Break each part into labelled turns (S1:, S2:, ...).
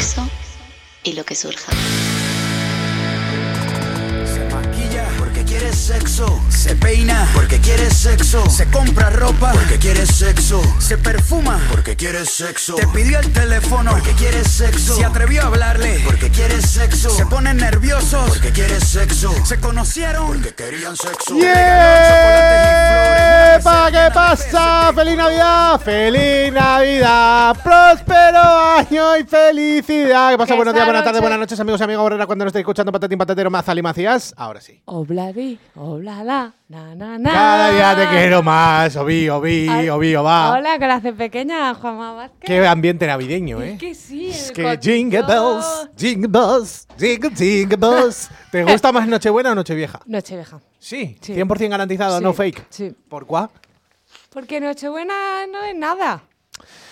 S1: eso y lo que surja.
S2: Se maquilla porque quiere sexo. Se peina porque quiere sexo. Se compra ropa porque quiere sexo. Se perfuma porque quiere sexo. Te pidió el teléfono porque quiere sexo. Se atrevió a hablarle porque quiere sexo. Se ponen nerviosos porque quiere sexo. Se conocieron porque querían sexo.
S3: ¡Yepa! ¿Qué pasa? ¡Feliz Navidad! ¡Feliz Navidad! ¡Próspero año y felicidad! ¿Qué pasa?
S4: Que
S3: Buenos días,
S4: esta
S3: buenas tardes,
S4: noche-
S3: buenas noches, amigos y amigas. Ahora cuando nos estéis escuchando patatín, patatero, mazal y macías. Ahora sí.
S4: Obladi, oblala, na na na.
S3: Cada día te quiero más. oh, Obi,
S4: Ah.
S3: obi,
S4: Ay,
S3: obi, oh, va.
S4: Hola, que la hace pequeña, Juanma Vázquez.
S3: Qué ambiente navideño,
S4: Es
S3: ¿eh?
S4: que sí,
S3: Es
S4: el
S3: que
S4: cotilleo.
S3: jingle bells, jingle bells, jingle, jingle bells. ¿Te gusta más Nochebuena o Nochevieja?
S4: Nochevieja.
S3: Sí,
S4: Sí.
S3: 100% garantizado,
S4: Sí,
S3: no fake.
S4: sí.
S3: ¿Por cuá?
S4: Porque Nochebuena no es nada.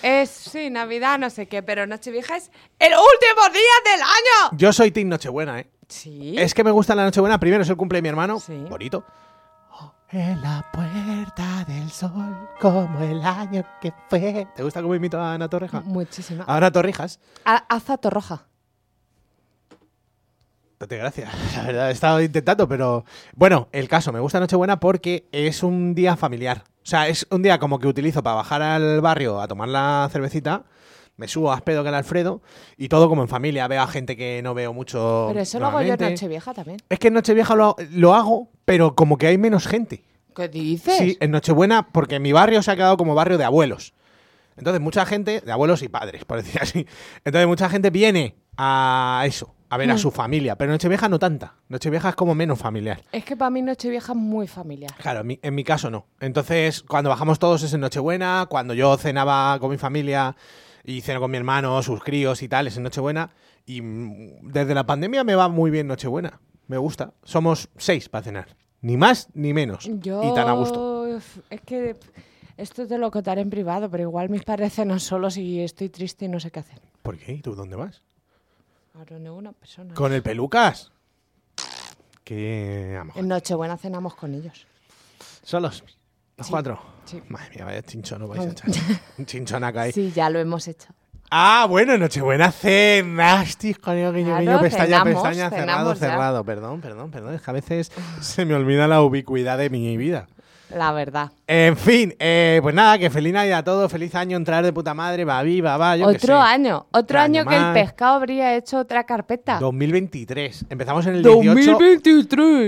S4: Es, sí, Navidad, no sé qué, pero Nochevieja es el último día del año.
S3: Yo soy Team Nochebuena, ¿eh?
S4: Sí.
S3: Es que me gusta la Nochebuena. Primero es el cumple de mi hermano.
S4: Sí.
S3: Bonito. Oh, En la puerta del sol, como el año que fue. ¿Te gusta cómo imito a Ana
S4: Mm,
S3: Torreja?
S4: Muchísima.
S3: A Ana Torrijas.
S4: A- Aza Torroja.
S3: Date gracias. La verdad, he estado intentando, pero. Bueno, el caso, me gusta Nochebuena porque es un día familiar. O sea, es un día como que utilizo para bajar al barrio a tomar la cervecita. Me subo a Aspedo que al Alfredo y todo como en familia. Veo a gente que no veo mucho.
S4: Pero eso lo hago yo en
S3: normalmente.
S4: Nochevieja también.
S3: Es que en Nochevieja lo, lo hago, pero como que hay menos gente.
S4: ¿Qué dices?
S3: Sí, en Nochebuena, porque mi barrio se ha quedado como barrio de abuelos. Entonces, mucha gente, de abuelos y padres, por decir así. Entonces, mucha gente viene a eso, a ver a su familia. Pero Nochevieja no tanta. Nochevieja es como menos familiar.
S4: Es que para mí Nochevieja es muy familiar.
S3: Claro, en mi, en mi caso no. Entonces, cuando bajamos todos es en Nochebuena, cuando yo cenaba con mi familia y ceno con mi hermano, sus críos y tal, es en Nochebuena. Y mm, desde la pandemia me va muy bien Nochebuena. Me gusta. Somos seis para cenar. Ni más ni menos.
S4: Yo.
S3: Y tan a gusto.
S4: Es que esto te lo contaré en privado, pero igual mis padres cenan solos y estoy triste y no sé qué hacer.
S3: ¿Por qué? ¿Y tú dónde vas?
S4: Ahora no una persona.
S3: ¿Con el pelucas? Que a lo mejor-
S4: En Nochebuena cenamos con ellos.
S3: ¿Solos? ¿Los cuatro?
S4: sí.
S3: Madre mía, vaya chinchón, no vais a echar. Un chinchón acá ahí.
S4: Sí, ya lo hemos hecho.
S3: Ah, bueno, Nochebuena cenaste, con el guiño, guiño,
S4: Claro,
S3: pestaña,
S4: cenamos,
S3: pestaña, cerrado,
S4: cenamos ya.
S3: cerrado. Perdón, perdón, perdón. Es que a veces se me olvida la ubicuidad de mi vida.
S4: La verdad.
S3: En fin, eh, pues nada, que feliz Navidad a todos, feliz año, entrar de puta madre, va viva, va, yo qué sé.
S4: otro año. Otro
S3: año
S4: año, que
S3: más.
S4: el pescado habría hecho otra carpeta.
S3: 2023. Empezamos en el 18.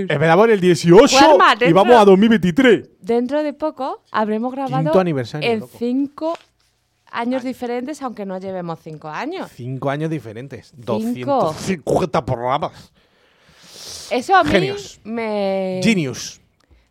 S3: Empezamos en el 18
S4: Juanma,
S3: y
S4: dentro-
S3: vamos a 2023.
S4: Dentro de poco habremos grabado
S3: Quinto aniversario,
S4: en
S3: loco.
S4: cinco años diferentes, aunque no llevemos cinco años.
S3: Cinco años diferentes.
S4: Cinco.
S3: 250 programas.
S4: Eso a mí
S3: Genios.
S4: me,
S3: Genius.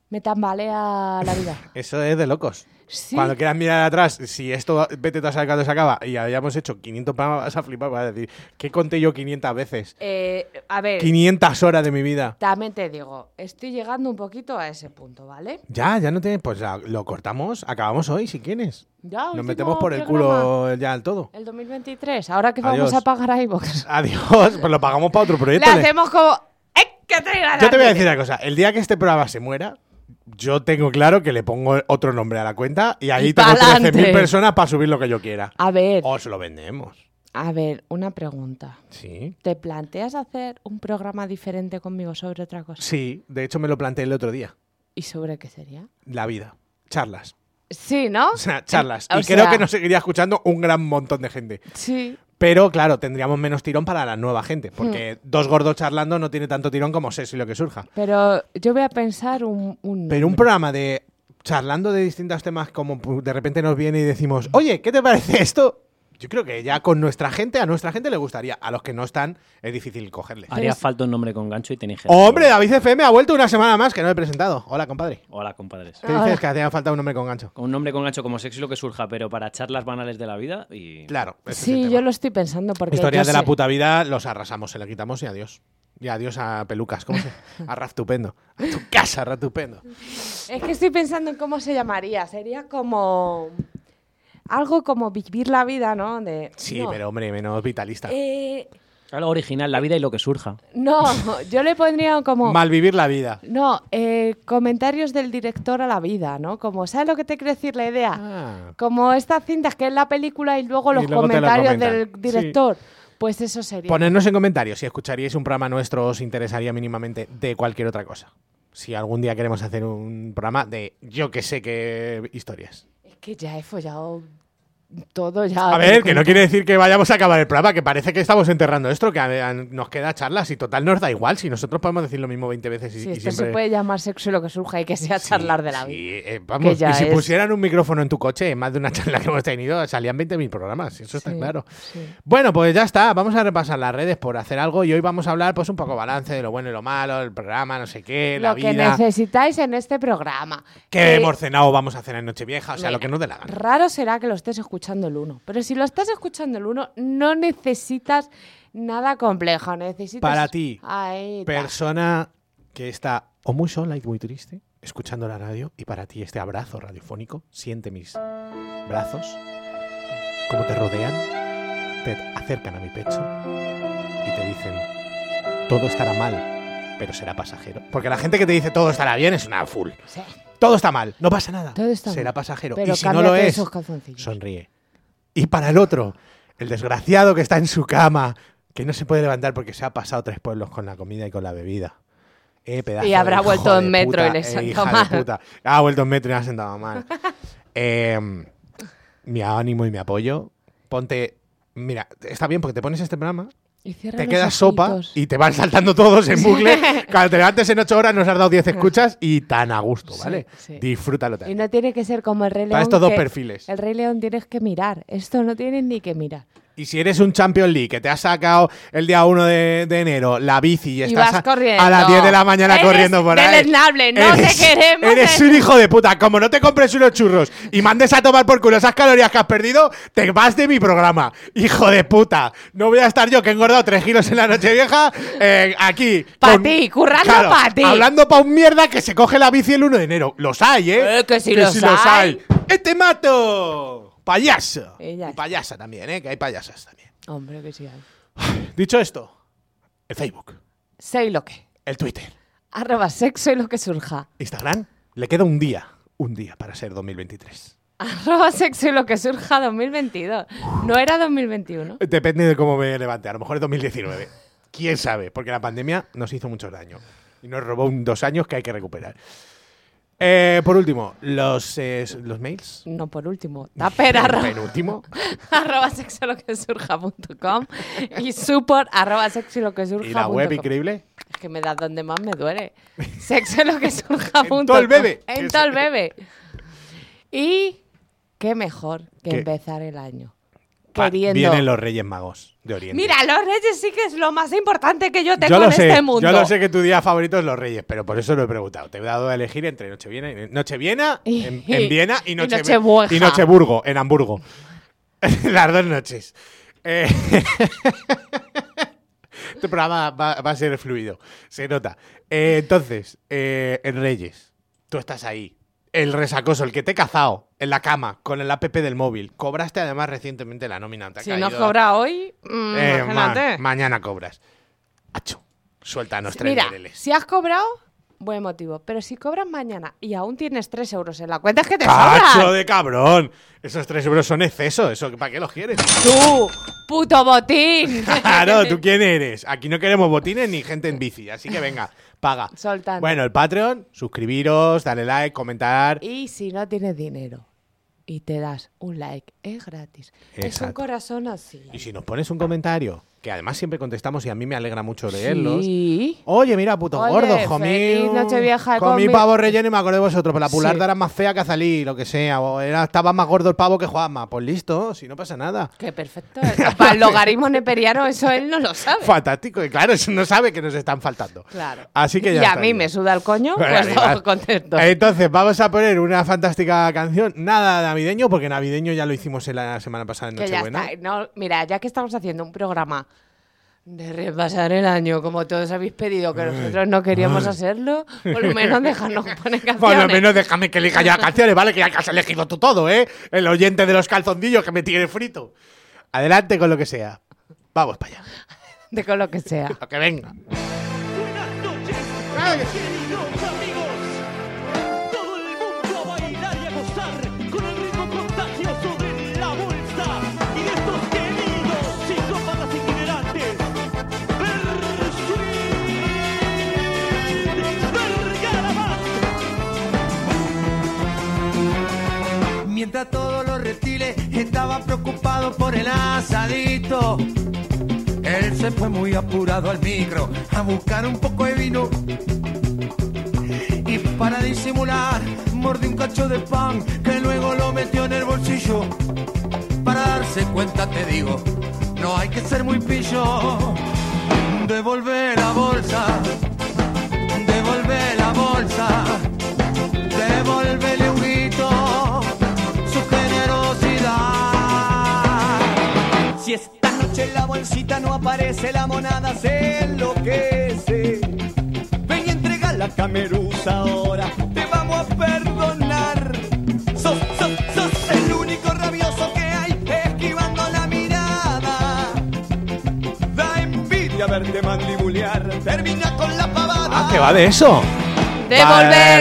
S4: me tambalea la vida.
S3: Eso es de locos.
S4: Sí.
S3: Cuando quieras mirar atrás, si esto vete tú a saber cuándo se acaba y hayamos hecho 500 programas, vas a flipar. Vas a decir, ¿qué conté yo 500 veces?
S4: Eh, a ver,
S3: 500 horas de mi vida.
S4: también te digo, estoy llegando un poquito a ese punto, ¿vale?
S3: Ya, ya no te. Pues ya, lo cortamos, acabamos hoy si quieres.
S4: Ya,
S3: Nos
S4: último
S3: metemos por el
S4: programa.
S3: culo ya al todo.
S4: El 2023, ahora que
S3: Adiós.
S4: vamos a pagar a iVoox.
S3: Adiós, pues lo pagamos para otro
S4: Le
S3: proyecto. le-
S4: hacemos como... ¡Eh, que te iba a
S3: Yo te voy a
S4: dar!
S3: decir una cosa. El día que este programa se muera, yo tengo claro que le pongo otro nombre a la cuenta y ahí
S4: Y
S3: tengo
S4: pa'lante.
S3: 13.000 personas para subir lo que yo quiera.
S4: A ver,
S3: O se lo vendemos.
S4: a ver, una pregunta.
S3: Sí.
S4: ¿Te planteas hacer un programa diferente conmigo sobre otra cosa?
S3: Sí, de hecho me lo planteé el otro día.
S4: ¿Y sobre qué sería?
S3: La vida. Charlas.
S4: Sí, ¿no?
S3: O sea, charlas.
S4: O
S3: y creo
S4: sea-
S3: que nos seguiría escuchando un gran montón de gente.
S4: Sí.
S3: Pero claro, tendríamos menos tirón para la nueva gente. Porque
S4: Hmm.
S3: dos gordos charlando no tiene tanto tirón como sé si lo que surja.
S4: Pero yo voy a pensar un... un
S3: Pero un
S4: nombre.
S3: programa de charlando de distintos temas, como pu- de repente nos viene y decimos, oye, ¿qué te parece esto? Yo creo que ya con nuestra gente, a nuestra gente le gustaría. A los que no están, es difícil cogerles.
S5: Haría falta un nombre con gancho y tenéis gente.
S3: ¡Hombre, David FM ha vuelto una semana más que no lo he presentado! Hola, compadre.
S5: Hola, compadres.
S3: ¿Qué
S4: Ah, eh.
S3: dices? Que hacía falta un hombre con gancho.
S5: Con un nombre con gancho como sexy lo que surja, pero para charlas banales de la vida y.
S3: Claro. ese es el
S4: Sí,
S3: tema.
S4: yo lo estoy pensando porque...
S3: Historias
S4: yo
S3: de la
S4: sé-
S3: puta vida, los arrasamos, se la quitamos y adiós. Y adiós a pelucas, ¿cómo se? A Raftupendo. A tu casa, Raftupendo.
S4: Es que estoy pensando en cómo se llamaría. Sería como... Algo como vivir la vida, ¿no? De,
S3: Sí,
S4: no,
S3: pero hombre, menos vitalista.
S4: eh,
S5: Algo original, la vida y lo que surja.
S4: no, yo le pondría como...
S3: Malvivir la vida.
S4: No, eh, comentarios del director a la vida, ¿no? Como, ¿sabes lo que te quiero decir la idea?
S3: Ah,
S4: Como estas cintas que es la película y luego los
S3: luego te lo
S4: comentarios
S3: comentan.
S4: del director. Pues eso sería.
S3: Ponernos en comentarios si escucharíais un programa nuestro, os interesaría mínimamente de cualquier otra cosa. Si algún día queremos hacer un programa de yo que sé qué historias.
S4: Es que ya he follado todo ya.
S3: A ver, que no quiere decir que vayamos a acabar el programa, que parece que estamos enterrando esto, que a- a- nos queda charlas y total nos da igual si nosotros podemos decir lo mismo 20 veces y,
S4: Si
S3: y
S4: esto
S3: siempre...
S4: se puede llamar sexo y lo que surja y que sea
S3: Sí,
S4: charlar de la
S3: sí,
S4: vida.
S3: eh, vamos,
S4: Que ya
S3: y si
S4: es.
S3: pusieran un micrófono en tu coche, en más de una charla que hemos tenido, salían 20.000 programas, eso está
S4: Sí,
S3: claro.
S4: sí.
S3: Bueno, pues ya está, vamos a repasar las redes por hacer algo y hoy vamos a hablar pues un poco balance de lo bueno y lo malo, el programa, no sé qué, la
S4: Lo que
S3: vida,
S4: necesitáis en este programa.
S3: qué
S4: Eh,
S3: hemos cenado, vamos a cenar en Nochevieja, o sea, lo
S4: Mira,
S3: que nos dé la gana.
S4: Raro será que lo estés escuchando el uno. Pero si lo estás escuchando el uno, no necesitas nada complejo. Necesitas.
S3: Para ti,
S4: Ahí está.
S3: persona que está o muy sola y muy triste, escuchando la radio, y para ti este abrazo radiofónico, siente mis brazos, como te rodean, te acercan a mi pecho y te dicen, todo estará mal, pero será pasajero. Porque la gente que te dice todo estará bien es una full.
S4: Sí,
S3: Todo está mal, no pasa nada,
S4: todo está
S3: será
S4: mal.
S3: pasajero.
S4: Pero
S3: y si no lo
S4: cámbiate
S3: es,
S4: esos calzoncillos.
S3: sonríe. Y para el otro, el desgraciado que está en su cama, que no se puede levantar porque se ha pasado tres pueblos con la comida y con la bebida. Eh, pedazo
S4: Y
S3: de
S4: habrá
S3: hijo
S4: vuelto
S3: de
S4: en metro y
S3: puta,
S4: le
S3: eh,
S4: sienta
S3: hija de
S4: mal.
S3: puta. Ha vuelto en metro y le ha sentado mal. Eh, mi ánimo y mi apoyo. Ponte. Mira, está bien porque te pones este programa,
S4: Y cierra
S3: te
S4: los
S3: quedas sopa
S4: ojitos.
S3: y te van saltando todos en bucle. Cuando te levantes en ocho horas nos has dado 10 escuchas y tan a gusto,
S4: Sí,
S3: ¿vale?
S4: sí.
S3: Disfrútalo también.
S4: Y no tiene que ser como el Rey León.
S3: Para estos dos
S4: que-
S3: perfiles.
S4: El Rey León tienes que mirar. Esto no tienes ni que mirar.
S3: Y si eres un Champions League que te has sacado el día 1 de, de enero la bici y
S4: Y
S3: estás
S4: vas
S3: a,
S4: corriendo.
S3: a las 10 de la mañana
S4: Eres
S3: corriendo por ahí.
S4: deleznable, no te queremos,
S3: Eres
S4: eh.
S3: un hijo de puta. Como no te compres unos churros y mandes a tomar por culo esas calorías que has perdido, te vas de mi programa. Hijo de puta. No voy a estar yo que he engordado 3 kilos en la noche vieja eh, aquí.
S4: Pa'
S3: con-
S4: ti, currando
S3: Claro,
S4: pa' ti.
S3: Hablando para un mierda que se coge la bici el 1 de enero. Los hay, ¿eh?
S4: Eh, que sí los hay.
S3: ¡Este mato! ¡Payaso!
S4: Y ya
S3: Y
S4: está.
S3: payasa también, ¿eh? Que hay payasas también.
S4: Hombre, que sí. hay.
S3: Dicho esto, el Facebook,
S4: Sé lo que.
S3: el Twitter,
S4: Arroba sexo y lo que surja.
S3: Instagram, le queda un día, un día para ser 2023.
S4: Arroba sexo y lo que surja 2022. No era 2021.
S3: Depende de cómo me levante, a lo mejor es 2019. ¿Quién sabe? Porque la pandemia nos hizo mucho daño y nos robó un- dos años que hay que recuperar. Eh, por último, los, eh, los mails.
S4: No, por último. Taper arroba,
S3: Penúltimo.
S4: arroba sexo y lo que surja punto com y support arroba sexo y lo que surja
S3: Y la
S4: punto
S3: web
S4: com.
S3: increíble.
S4: Es que me da donde más me duele. Sexo es lo que surja.
S3: En
S4: punto
S3: todo el
S4: com.
S3: bebé.
S4: En
S3: Que
S4: todo
S3: se-
S4: el bebé. Y qué mejor que
S3: ¿Qué?
S4: empezar el año.
S3: Pa-
S4: Queriendo.
S3: Vienen los Reyes Magos de Oriente.
S4: Mira, los reyes sí que es lo más importante que yo tengo
S3: yo lo
S4: en
S3: sé,
S4: este mundo.
S3: Yo lo sé que tu día favorito es los Reyes, pero por eso lo he preguntado. Te he dado a elegir entre Nocheviena, y- Nocheviena
S4: Y-
S3: en, en Viena y,
S4: y
S3: Noche-
S4: Nochebueja.
S3: y Nocheburgo, en Hamburgo. Las dos noches. Eh, este programa va, va a ser fluido, se nota. Eh, entonces, eh, en Reyes, tú estás ahí. El resacoso, el que te he cazado en la cama con el app del móvil. Cobraste además recientemente la nómina. te ha
S4: Si no
S3: caído-
S4: cobra hoy, mm,
S3: eh,
S4: imagínate.
S3: man, mañana cobras. Acho, suéltanos tres
S4: Mira,
S3: bereles.
S4: si has cobrado, buen motivo. Pero si cobras mañana y aún tienes 3 euros en la cuenta, es que te
S3: ¡Cacho
S4: sobran.
S3: de cabrón! Esos tres euros son exceso. Eso, ¿Para qué los quieres?
S4: ¡Tú, puto botín!
S3: Claro, ¿tú quién eres? Aquí no queremos botines ni gente en bici. Así que venga, paga.
S4: Soltando.
S3: Bueno, el Patreon, suscribiros, darle like, comentar.
S4: Y si no tienes dinero y te das un like, es gratis. Es un
S3: Exacto.
S4: corazón así.
S3: Y si nos pones un comentario, que además siempre contestamos y a mí me alegra mucho leerlos.
S4: Sí.
S3: Oye, mira, puto
S4: Oye,
S3: gordo, comí.
S4: feliz Nochevieja,
S3: Comí
S4: comí-
S3: pavo relleno y me acordé de vosotros. Pero la pularda
S4: Sí.
S3: era más fea que Azalí, lo que sea. O era, estaba más gordo el pavo que Juanma. Pues listo, si no pasa nada.
S4: Qué perfecto. ¿eh? Para el logaritmo neperiano, eso él no lo sabe.
S3: Fantástico. Y claro, eso no sabe que nos están faltando.
S4: Claro.
S3: Así que ya
S4: Y a
S3: está
S4: mí
S3: bien.
S4: me suda el coño,
S3: Bueno,
S4: pues
S3: animal.
S4: todo contento.
S3: Entonces, vamos a poner una fantástica canción. Nada navideño, porque navideño ya lo hicimos en la semana pasada en
S4: que ya
S3: Nochebuena.
S4: está. No, mira, ya que estamos haciendo un programa de repasar el año, como todos habéis pedido que nosotros no queríamos hacerlo, por lo menos dejarnos poner canciones.
S3: Por lo menos déjame que elija ya canciones, ¿vale? Que ya que has elegido tú todo, ¿eh? El oyente de los calzoncillos que me tiene frito. Adelante con lo que sea. Vamos para allá.
S4: De con lo que sea.
S3: Lo que venga.
S6: Buenas noches,
S3: Claro que sí.
S6: queridos amigos. Todo el mundo a bailar y a gozar con el ritmo contagioso de la bolsa. Y estos queridos psicópatas sin general
S7: frente a todos los reptiles. Estaba preocupado por el asadito. Él se fue muy apurado al micro a buscar un poco de vino. Y para disimular, mordió un cacho de pan que luego lo metió en el bolsillo. Para darse cuenta, te digo, no hay que ser muy pillo. Devolver la bolsa, devolver la bolsa, devolverle un grito, su generosidad. Si esta noche en la bolsita no aparece, la monada se enloquece. Ven y entrega la camerusa ahora, te vamos a perdonar. Sos, sos, sos el único rabioso que hay, esquivando la mirada. Da envidia verte mandibulear, termina con la pavada.
S3: Ah, que va de eso.
S4: ¡Devolver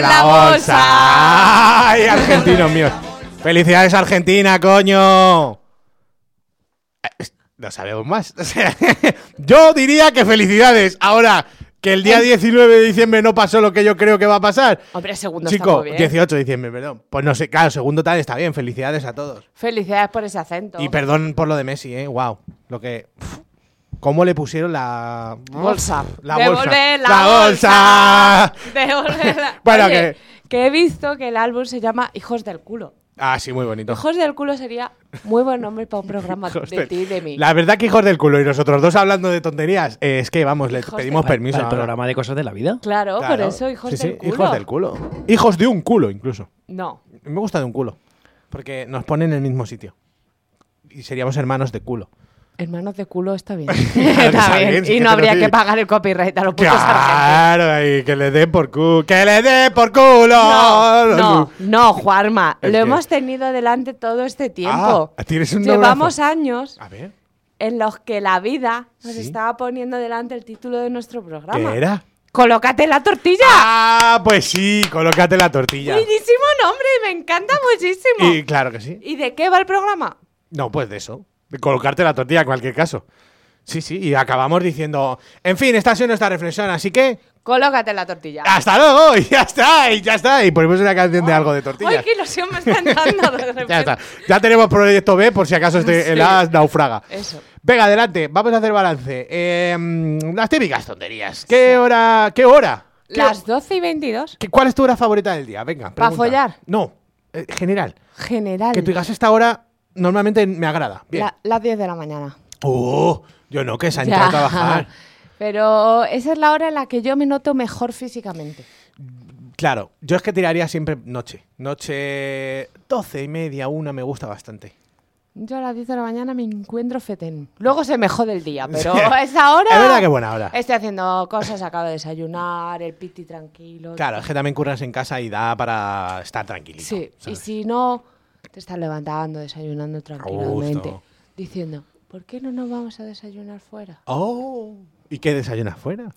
S3: Vale,
S4: la bolsa!
S3: ¡Ay, argentinos míos! ¡Felicidades, Argentina, coño! Eh, No sabemos más. O sea, yo diría que felicidades. Ahora, que el día 19 de diciembre no pasó lo que yo creo que va a pasar.
S4: Hombre, segundo está
S3: Chico,
S4: muy bien.
S3: 18 de diciembre, perdón. Pues no sé, claro, segundo tal está bien. Felicidades a todos.
S4: Felicidades por ese acento.
S3: Y perdón por lo de Messi, ¿eh? Wow. Lo que. pf, ¿Cómo le pusieron la.
S4: Bolsa.
S3: La bolsa.
S4: Devolver la,
S3: bolsa.
S4: bolsa. Devolver la-
S3: Bueno,
S4: Oye,
S3: que-
S4: que he visto que el álbum se llama Hijos del culo.
S3: Ah, sí, muy bonito.
S4: Hijos del culo sería muy buen nombre para un programa
S3: Hijos
S4: de
S3: del-
S4: ti y de mí.
S3: La verdad que hijos del culo y nosotros dos hablando de tonterías, eh, es que vamos, le
S4: Hijos
S3: pedimos
S4: del-
S3: permiso.
S5: ¿Para el
S3: ahora.
S5: programa de cosas de la vida?
S4: Claro,
S3: Claro.
S4: por eso, hijos
S3: Sí, sí,
S4: del culo.
S3: Hijos del culo. Hijos de un culo incluso.
S4: No.
S3: Me gusta de un culo, porque nos ponen en el mismo sitio. Y seríamos hermanos de culo.
S4: Hermanos de culo está bien.
S3: que está
S4: está
S3: bien,
S4: bien.
S3: sí,
S4: Y
S3: que te
S4: no
S3: lo
S4: habría
S3: digo.
S4: que pagar el copyright a los putos argentinos.
S3: Claro, y que le dé por culo. ¡Que le dé por culo!
S4: No, no, no, Juanma.
S3: Es
S4: Lo
S3: que-
S4: hemos tenido delante todo este tiempo.
S3: Ah, tienes un
S4: Llevamos
S3: abrazo.
S4: años
S3: A ver,
S4: en los que la vida nos
S3: Sí.
S4: estaba poniendo delante el título de nuestro programa.
S3: ¿qué era?
S4: ¡Colócate la tortilla!
S3: Ah, pues sí, colócate la tortilla.
S4: Buenísimo nombre, me encanta muchísimo.
S3: Y
S4: ¿Y,
S3: claro que sí.
S4: de qué va el programa?
S3: No, pues de eso. De colocarte la tortilla en cualquier caso. Sí, sí, y acabamos diciendo, en fin, esta ha sido nuestra reflexión, así que
S4: Colócate la tortilla.
S3: hasta luego, y ya está, y ya está. Y ponemos una canción de algo de
S4: Ah, ¡Ay,
S3: tortilla.
S4: qué ilusión me está entrando de repente!
S3: Ya está. Ya tenemos proyecto B por si acaso este, el A naufraga.
S4: Eso.
S3: Venga, adelante, vamos a hacer balance. Eh, mm, las típicas tonterías. ¿Qué hora? ¿Qué hora? ¿Qué ho-
S4: Las 12 y 22,
S3: ¿Qué- ¿Cuál es tu hora favorita del día? Venga,
S4: ¿Pa
S3: pregunta.
S4: follar?
S3: No, eh, general.
S4: general.
S3: Que tú digas esta hora normalmente me agrada. Bien.
S4: La- las 10 de la mañana.
S3: Oh, yo no, que se ha entrado a trabajar.
S4: Pero esa es la hora en la que yo me noto mejor físicamente.
S3: Claro, yo es que tiraría siempre noche. Noche 12 y media, una me gusta bastante.
S4: Yo a las 10 de la mañana me encuentro fetén. Luego se me jode el día, pero a esa hora.
S3: Es verdad que buena hora.
S4: Estoy haciendo cosas, acabo de desayunar, el piti tranquilo.
S3: Claro, es que también curras en casa y da para estar tranquilito.
S4: Sí, y
S3: ¿sabes?
S4: si no, te estás levantando, desayunando tranquilamente,
S3: gusto.
S4: diciendo, ¿por qué no nos vamos a desayunar fuera?
S3: Oh, ¿y qué desayunas fuera?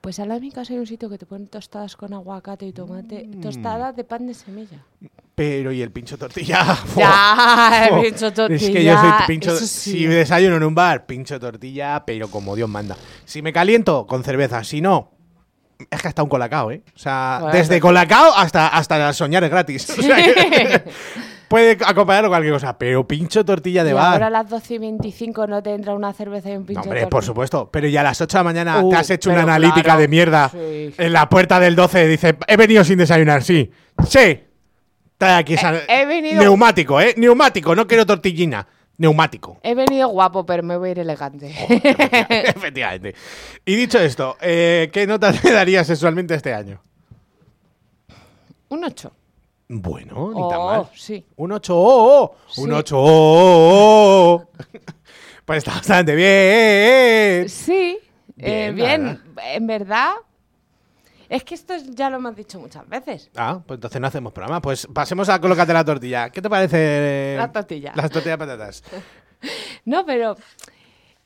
S4: Pues a la mi casa hay un sitio que te ponen tostadas con aguacate y tomate,
S3: Mm.
S4: tostadas de pan de semilla.
S3: Pero y el pincho tortilla.
S4: Ya,
S3: Fua,
S4: el pincho
S3: fua. Es que yo soy
S4: tortilla,
S3: pincho.
S4: eso sí.
S3: Si desayuno en un bar, pincho tortilla, pero como Dios manda. Si me caliento, con cerveza. Si no, es que hasta un colacao, ¿eh? O sea,
S4: Bueno,
S3: desde
S4: pero-
S3: colacao hasta, hasta soñar es gratis. O sea, que- puede acompañarlo cualquier cosa, pero pincho tortilla de
S4: Y
S3: bar.
S4: ahora a las 12 y 25 no te entra una cerveza y un
S3: No,
S4: pincho
S3: hombre,
S4: tortilla.
S3: por supuesto. Pero ya a las 8 de la mañana
S4: Uh,
S3: te has hecho una
S4: pero
S3: analítica
S4: claro,
S3: de mierda
S4: sí.
S3: en la puerta del 12. Dice, he venido sin desayunar, sí. Sí. Trae aquí esa-
S4: Eh, He- he venido-
S3: Neumático, ¿eh? Neumático, no quiero tortillina. Neumático.
S4: He venido guapo, pero me voy a ir elegante.
S3: Efectivamente. Y dicho esto, eh, ¿qué nota te darías sexualmente este año?
S4: un 8.
S3: Bueno, ni tan mal.
S4: Oh, sí.
S3: Un 8, oh, oh, un
S4: Sí.
S3: 8, oh, oh, oh. Pues está bastante bien.
S4: Sí,
S3: Bien, la
S4: eh, bien, en verdad. Es que esto ya lo hemos dicho muchas veces.
S3: Ah, pues entonces no hacemos programa. Pues pasemos a colocarte la tortilla. ¿Qué te parece? eh,
S4: La tortilla.
S3: Las tortillas de patatas.
S4: No, pero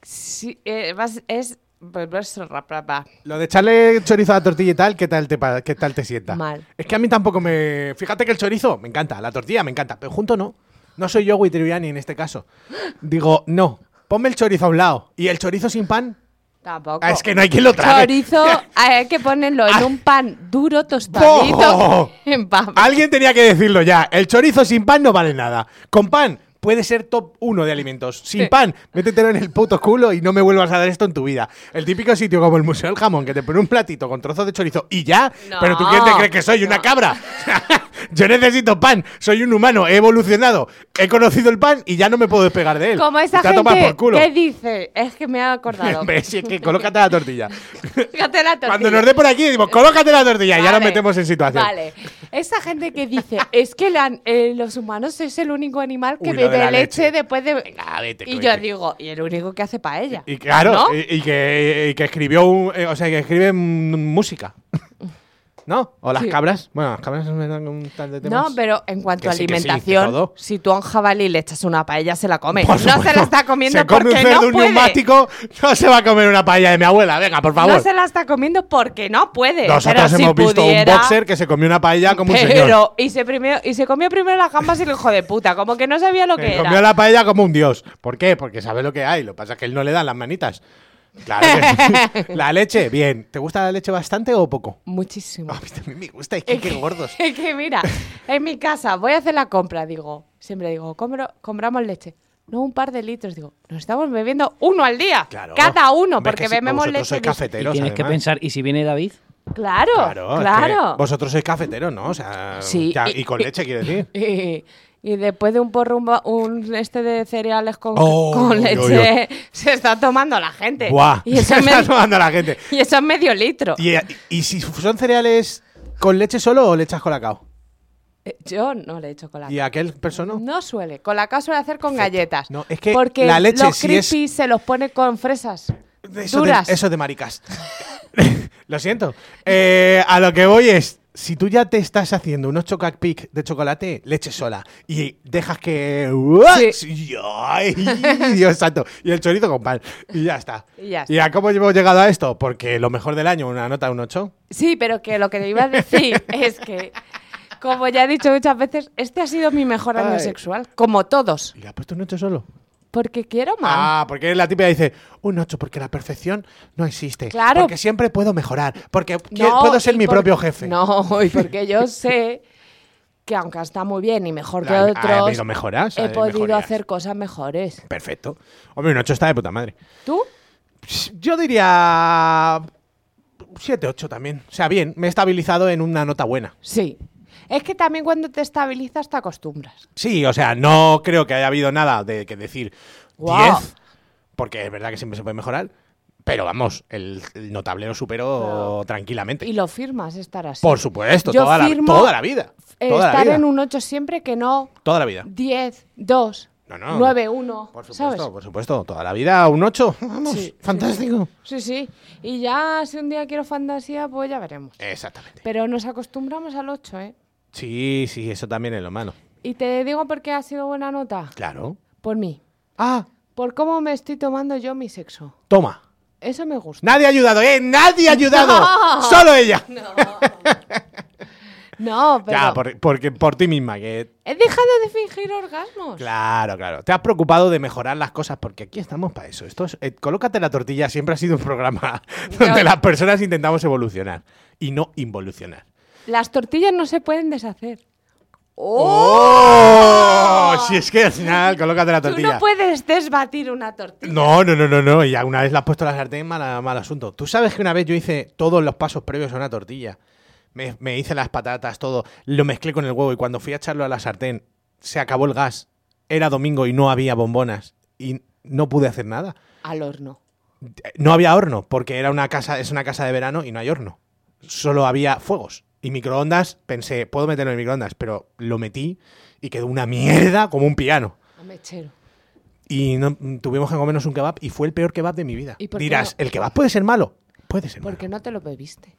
S4: sí, eh, vas- es volverse rapapa.
S3: Lo de echarle chorizo a la tortilla y tal, ¿qué tal te, pa- qué tal te sienta?
S4: Mal.
S3: Es que a mí tampoco me... Fíjate que el chorizo me encanta, la tortilla me encanta, pero junto no. No soy yo Witriviani en este caso. Digo, no, ponme el chorizo a un lado y el chorizo sin pan,
S4: Tampoco.
S3: Ah, es que no hay quien lo trague.
S4: Chorizo, eh, hay que ponerlo en
S3: Ah.
S4: un pan duro tostadito.
S3: ¡Boh!
S4: En pan.
S3: Alguien tenía que decirlo ya. El chorizo sin pan no vale nada. Con pan puede ser top 1 de alimentos. Sin
S4: Sí.
S3: pan, métetelo en el puto culo y no me vuelvas a dar esto en tu vida. El típico sitio como el Museo del Jamón, que te pone un platito con trozos de chorizo y ya.
S4: No,
S3: Pero tú quién te crees que soy, una
S4: no.
S3: cabra. Yo necesito pan, soy un humano, he evolucionado, he conocido el pan y ya no me puedo despegar de él.
S4: Como esa
S3: Te a tomar
S4: gente
S3: por culo.
S4: que dice, es que me ha acordado.
S3: Si es que colócate la tortilla.
S4: Fíjate la
S3: Cuando
S4: tortilla.
S3: nos dé por aquí, decimos, colócate la tortilla y ya nos
S4: Vale,
S3: metemos en situación.
S4: Vale. Esa gente que dice, es que la- eh, los humanos es el único animal que
S3: Uy, lo de
S4: bebe
S3: la
S4: leche.
S3: leche.
S4: después de...
S3: Venga, vete,
S4: y
S3: cohete.
S4: yo digo, y el único que hace paella.
S3: Y claro,
S4: ¿No?
S3: y, y que, y que escribió un- eh, o sea, que escribe mm, música. ¿No? O las
S4: Sí.
S3: cabras. Bueno, las cabras me dan un tal de temas.
S4: No, pero en cuanto
S3: Que
S4: a
S3: sí, que sí, que
S4: alimentación,
S3: todo.
S4: si tú a un jabalí le echas una paella, se la come.
S3: Por
S4: no se
S3: supuesto,
S4: la está comiendo
S3: se come
S4: porque
S3: un cerdo,
S4: no
S3: un
S4: puede.
S3: neumático, no se va a comer una paella de mi abuela. Venga, por favor.
S4: No se la está comiendo porque no puede.
S3: Nosotros
S4: pero si
S3: hemos visto
S4: pudiera,
S3: un boxer que se comió una paella como un señor.
S4: Pero, y se, primero, y se comió primero las gambas y el hijo de puta, como que no sabía lo que,
S3: Se
S4: era.
S3: comió la paella como un dios. ¿Por qué? Porque sabe lo que hay. Lo que pasa es que él no le dan las manitas. Claro que sí. La leche, bien. ¿Te gusta la leche bastante o poco?
S4: Muchísimo.
S3: A mí también me gusta. Es que qué gordos.
S4: Es que mira, en mi casa voy a hacer la compra, digo, siempre digo, compro- compramos leche. No, un par de litros, digo, nos estamos bebiendo uno al día.
S3: Claro.
S4: Cada uno,
S3: Hombre,
S4: porque
S3: que sí,
S4: bebemos
S3: vosotros
S4: leche.
S3: sois
S4: dis-
S5: Y
S3: cafeteros,
S5: tienes que
S3: además.
S5: pensar, ¿y si viene David?
S4: Claro,
S3: Claro,
S4: claro.
S3: es que vosotros sois cafeteros, ¿no? O sea,
S4: Sí,
S3: ya- y,
S4: y-
S3: con leche, quiero decir.
S4: Y, y después de un porro, un, ba- un este de cereales con,
S3: Oh,
S4: con
S3: yo, yo,
S4: leche, se está tomando la gente.
S3: Buah,
S4: Y
S3: se
S4: eso, es
S3: está
S4: medio,
S3: tomando la gente.
S4: y eso es medio litro.
S3: Y, eh, y si son cereales con leche solo o le echas colacao?
S4: Eh, Yo no le he hecho colacao.
S3: ¿Y aquel persona?
S4: No suele. Con la suele hacer con galletas.
S3: No, es que
S4: porque
S3: la leche,
S4: los
S3: si es-
S4: crispy se los pone con fresas.
S3: Eso de,
S4: duras.
S3: eso de maricas. Lo siento. Eh, a lo que voy es, si tú ya te estás haciendo unos chocac pic de chocolate, leche sola, y dejas que...
S4: Sí.
S3: Y- ¡Ay, Dios santo! Y el chorizo con pan. Y ya está.
S4: Y ya está.
S3: ¿Y a cómo hemos llegado a esto? Porque lo mejor del año, una nota, un 8.
S4: Sí, pero que lo que te iba a decir es que, como ya he dicho muchas veces, este ha sido mi mejor año
S3: Ay.
S4: sexual. Como todos.
S3: ¿Y le has puesto un 8 solo?
S4: Porque quiero más.
S3: Ah, porque la típica dice, un 8, porque la perfección no existe.
S4: Claro.
S3: Porque siempre puedo mejorar. Porque qui-
S4: No,
S3: puedo ser
S4: y
S3: mi
S4: por-
S3: propio jefe.
S4: No, y porque yo sé que aunque está muy bien y mejor que
S3: A- a mí
S4: otros,
S3: no mejoras, a
S4: he
S3: mí
S4: podido
S3: mejorías.
S4: hacer cosas mejores.
S3: Perfecto. Hombre, un 8 está de puta madre.
S4: ¿Tú?
S3: Yo diría 7, 8 también. O sea, bien, me he estabilizado en una nota buena.
S4: Sí. Es que también cuando te estabilizas te acostumbras.
S3: Sí, o sea, no creo que haya habido nada de que decir 10,
S4: Guau.
S3: porque es verdad que siempre se puede mejorar. Pero vamos, el, el notable lo supero tranquilamente.
S4: Y lo firmas estar así.
S3: Por supuesto,
S4: Yo
S3: toda la,
S4: firmo,
S3: toda la vida.
S4: Eh,
S3: Toda la
S4: estar
S3: vida.
S4: en un 8 siempre que no
S3: Toda la vida.
S4: 10, 2,
S3: No, no.
S4: 9, 1.
S3: Por supuesto,
S4: ¿Sabes?
S3: por supuesto. Toda la vida, un 8. Vamos,
S4: Sí,
S3: fantástico.
S4: Sí, sí. Y ya si un día quiero fantasía, pues ya veremos.
S3: Exactamente.
S4: Pero nos acostumbramos al 8, ¿eh?
S3: Sí, sí, eso también es lo malo.
S4: Y te digo por qué ha sido buena nota.
S3: Claro.
S4: Por mí.
S3: Ah,
S4: Por cómo me estoy tomando yo mi sexo.
S3: toma.
S4: Eso me gusta.
S3: Nadie ha ayudado, ¿eh? Nadie ha ayudado.
S4: No.
S3: Solo ella.
S4: No, pero
S3: ya, por- porque por ti misma. Que...
S4: he dejado de fingir orgasmos.
S3: Claro, claro. Te has preocupado de mejorar las cosas porque aquí estamos para eso. Esto es- eh, Colócate la tortilla siempre ha sido un programa donde
S4: Ya.
S3: las personas intentamos evolucionar y no involucionar.
S4: Las tortillas no se pueden deshacer.
S3: ¡Oh! Si es que al final, colócate la
S4: Tú
S3: tortilla.
S4: no puedes desbatir una tortilla.
S3: No, no, no, no, no. Y una vez la has puesto en la sartén, mal, mal asunto. Tú sabes que una vez yo hice todos los pasos previos a una tortilla. Me, me hice las patatas, todo. Lo mezclé con el huevo y cuando fui a echarlo a la sartén, se acabó el gas. Era domingo y no había bombonas. Y no pude hacer nada.
S4: Al horno.
S3: Eh, No había horno, porque era una casa, es una casa de verano y no hay horno. Solo había fuegos. Y microondas, pensé, puedo meterlo en el microondas, pero lo metí y quedó una mierda como un piano.
S4: A mechero.
S3: Y no- mm, tuvimos que comernos un kebab y fue el peor kebab de mi vida.
S4: ¿Y por qué
S3: Dirás,
S4: no?
S3: ¿el kebab puede ser malo? Puede ser
S4: Porque
S3: malo.
S4: no te lo bebiste.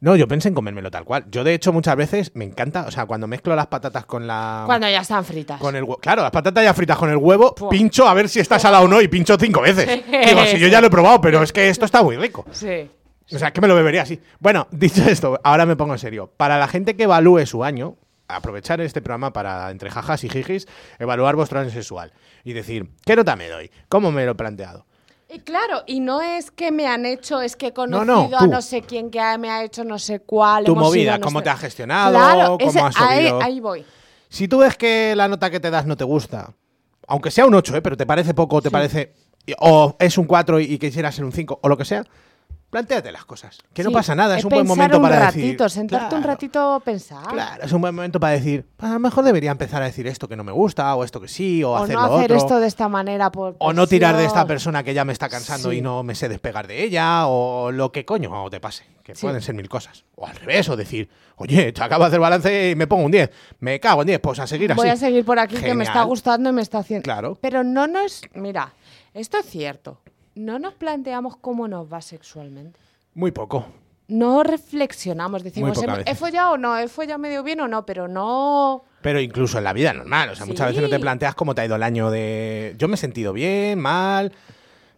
S3: No, yo pensé en comérmelo tal cual. Yo, de hecho, muchas veces me encanta, o sea, cuando mezclo las patatas con la...
S4: Cuando ya están fritas.
S3: Ah. Con el huevo. Claro, las patatas ya fritas con el huevo,
S4: Buah.
S3: pincho a ver si está salado o no y pincho cinco veces. Digo, si yo ya lo he probado, pero es que esto está muy rico.
S4: Sí.
S3: O sea, que me lo bebería así. Bueno, dicho esto, ahora me pongo en serio. Para la gente que evalúe su año, aprovechar este programa para, entre jajas y jijis, evaluar vuestro año sexual. Y decir, ¿qué nota me doy? ¿Cómo me lo he planteado?
S4: Y claro, y no es que me han hecho, es que he
S3: No,
S4: conocido
S3: no,
S4: a
S3: tú.
S4: no sé quién que ha- me ha hecho no sé cuál.
S3: Tu
S4: hemos ido
S3: movida,
S4: a no
S3: cómo
S4: sé-
S3: te has gestionado, cómo has
S4: ahí,
S3: subido.
S4: ahí voy.
S3: Si tú ves que la nota que te das no te gusta, aunque sea un 8, ¿eh? pero te parece poco, te parece. y- O es un 4 y, y quisiera ser un 5, o lo que sea, planteate las cosas. Que no
S4: Sí,
S3: pasa nada, es un buen
S4: pensar
S3: momento
S4: un
S3: para
S4: ratito,
S3: decir.
S4: sentarte un
S3: claro,
S4: ratito ah. a pensar.
S3: Claro, es un buen momento para decir, "Ah, a lo mejor debería empezar a decir esto que no me gusta, o esto que sí, o,
S4: O
S3: hacer
S4: no
S3: lo
S4: hacer
S3: otro.
S4: esto de esta manera por pues
S3: O no tirar de esta
S4: presión.
S3: persona que ya me está cansando
S4: Sí.
S3: y no me sé despegar de ella, o lo que coño te pase, que
S4: Sí.
S3: pueden ser mil cosas. O al revés, o decir, oye, te acabo de hacer balance y me pongo un 10, me cago en 10, pues a seguir así.
S4: Voy a seguir por aquí que me
S3: Genial.
S4: está gustando y me está haciendo.
S3: Claro.
S4: Pero no nos. Mira, esto es cierto. No nos planteamos cómo nos va sexualmente.
S3: Muy poco.
S4: No reflexionamos, decimos,
S3: poca
S4: "Hem-
S3: veces.
S4: ¿he follado o no? ¿He follado medio bien o no? Pero no.
S3: Pero incluso en la vida normal, o sea, muchas
S4: Sí.
S3: veces no te planteas cómo te ha ido el año de... Yo me he sentido bien, mal,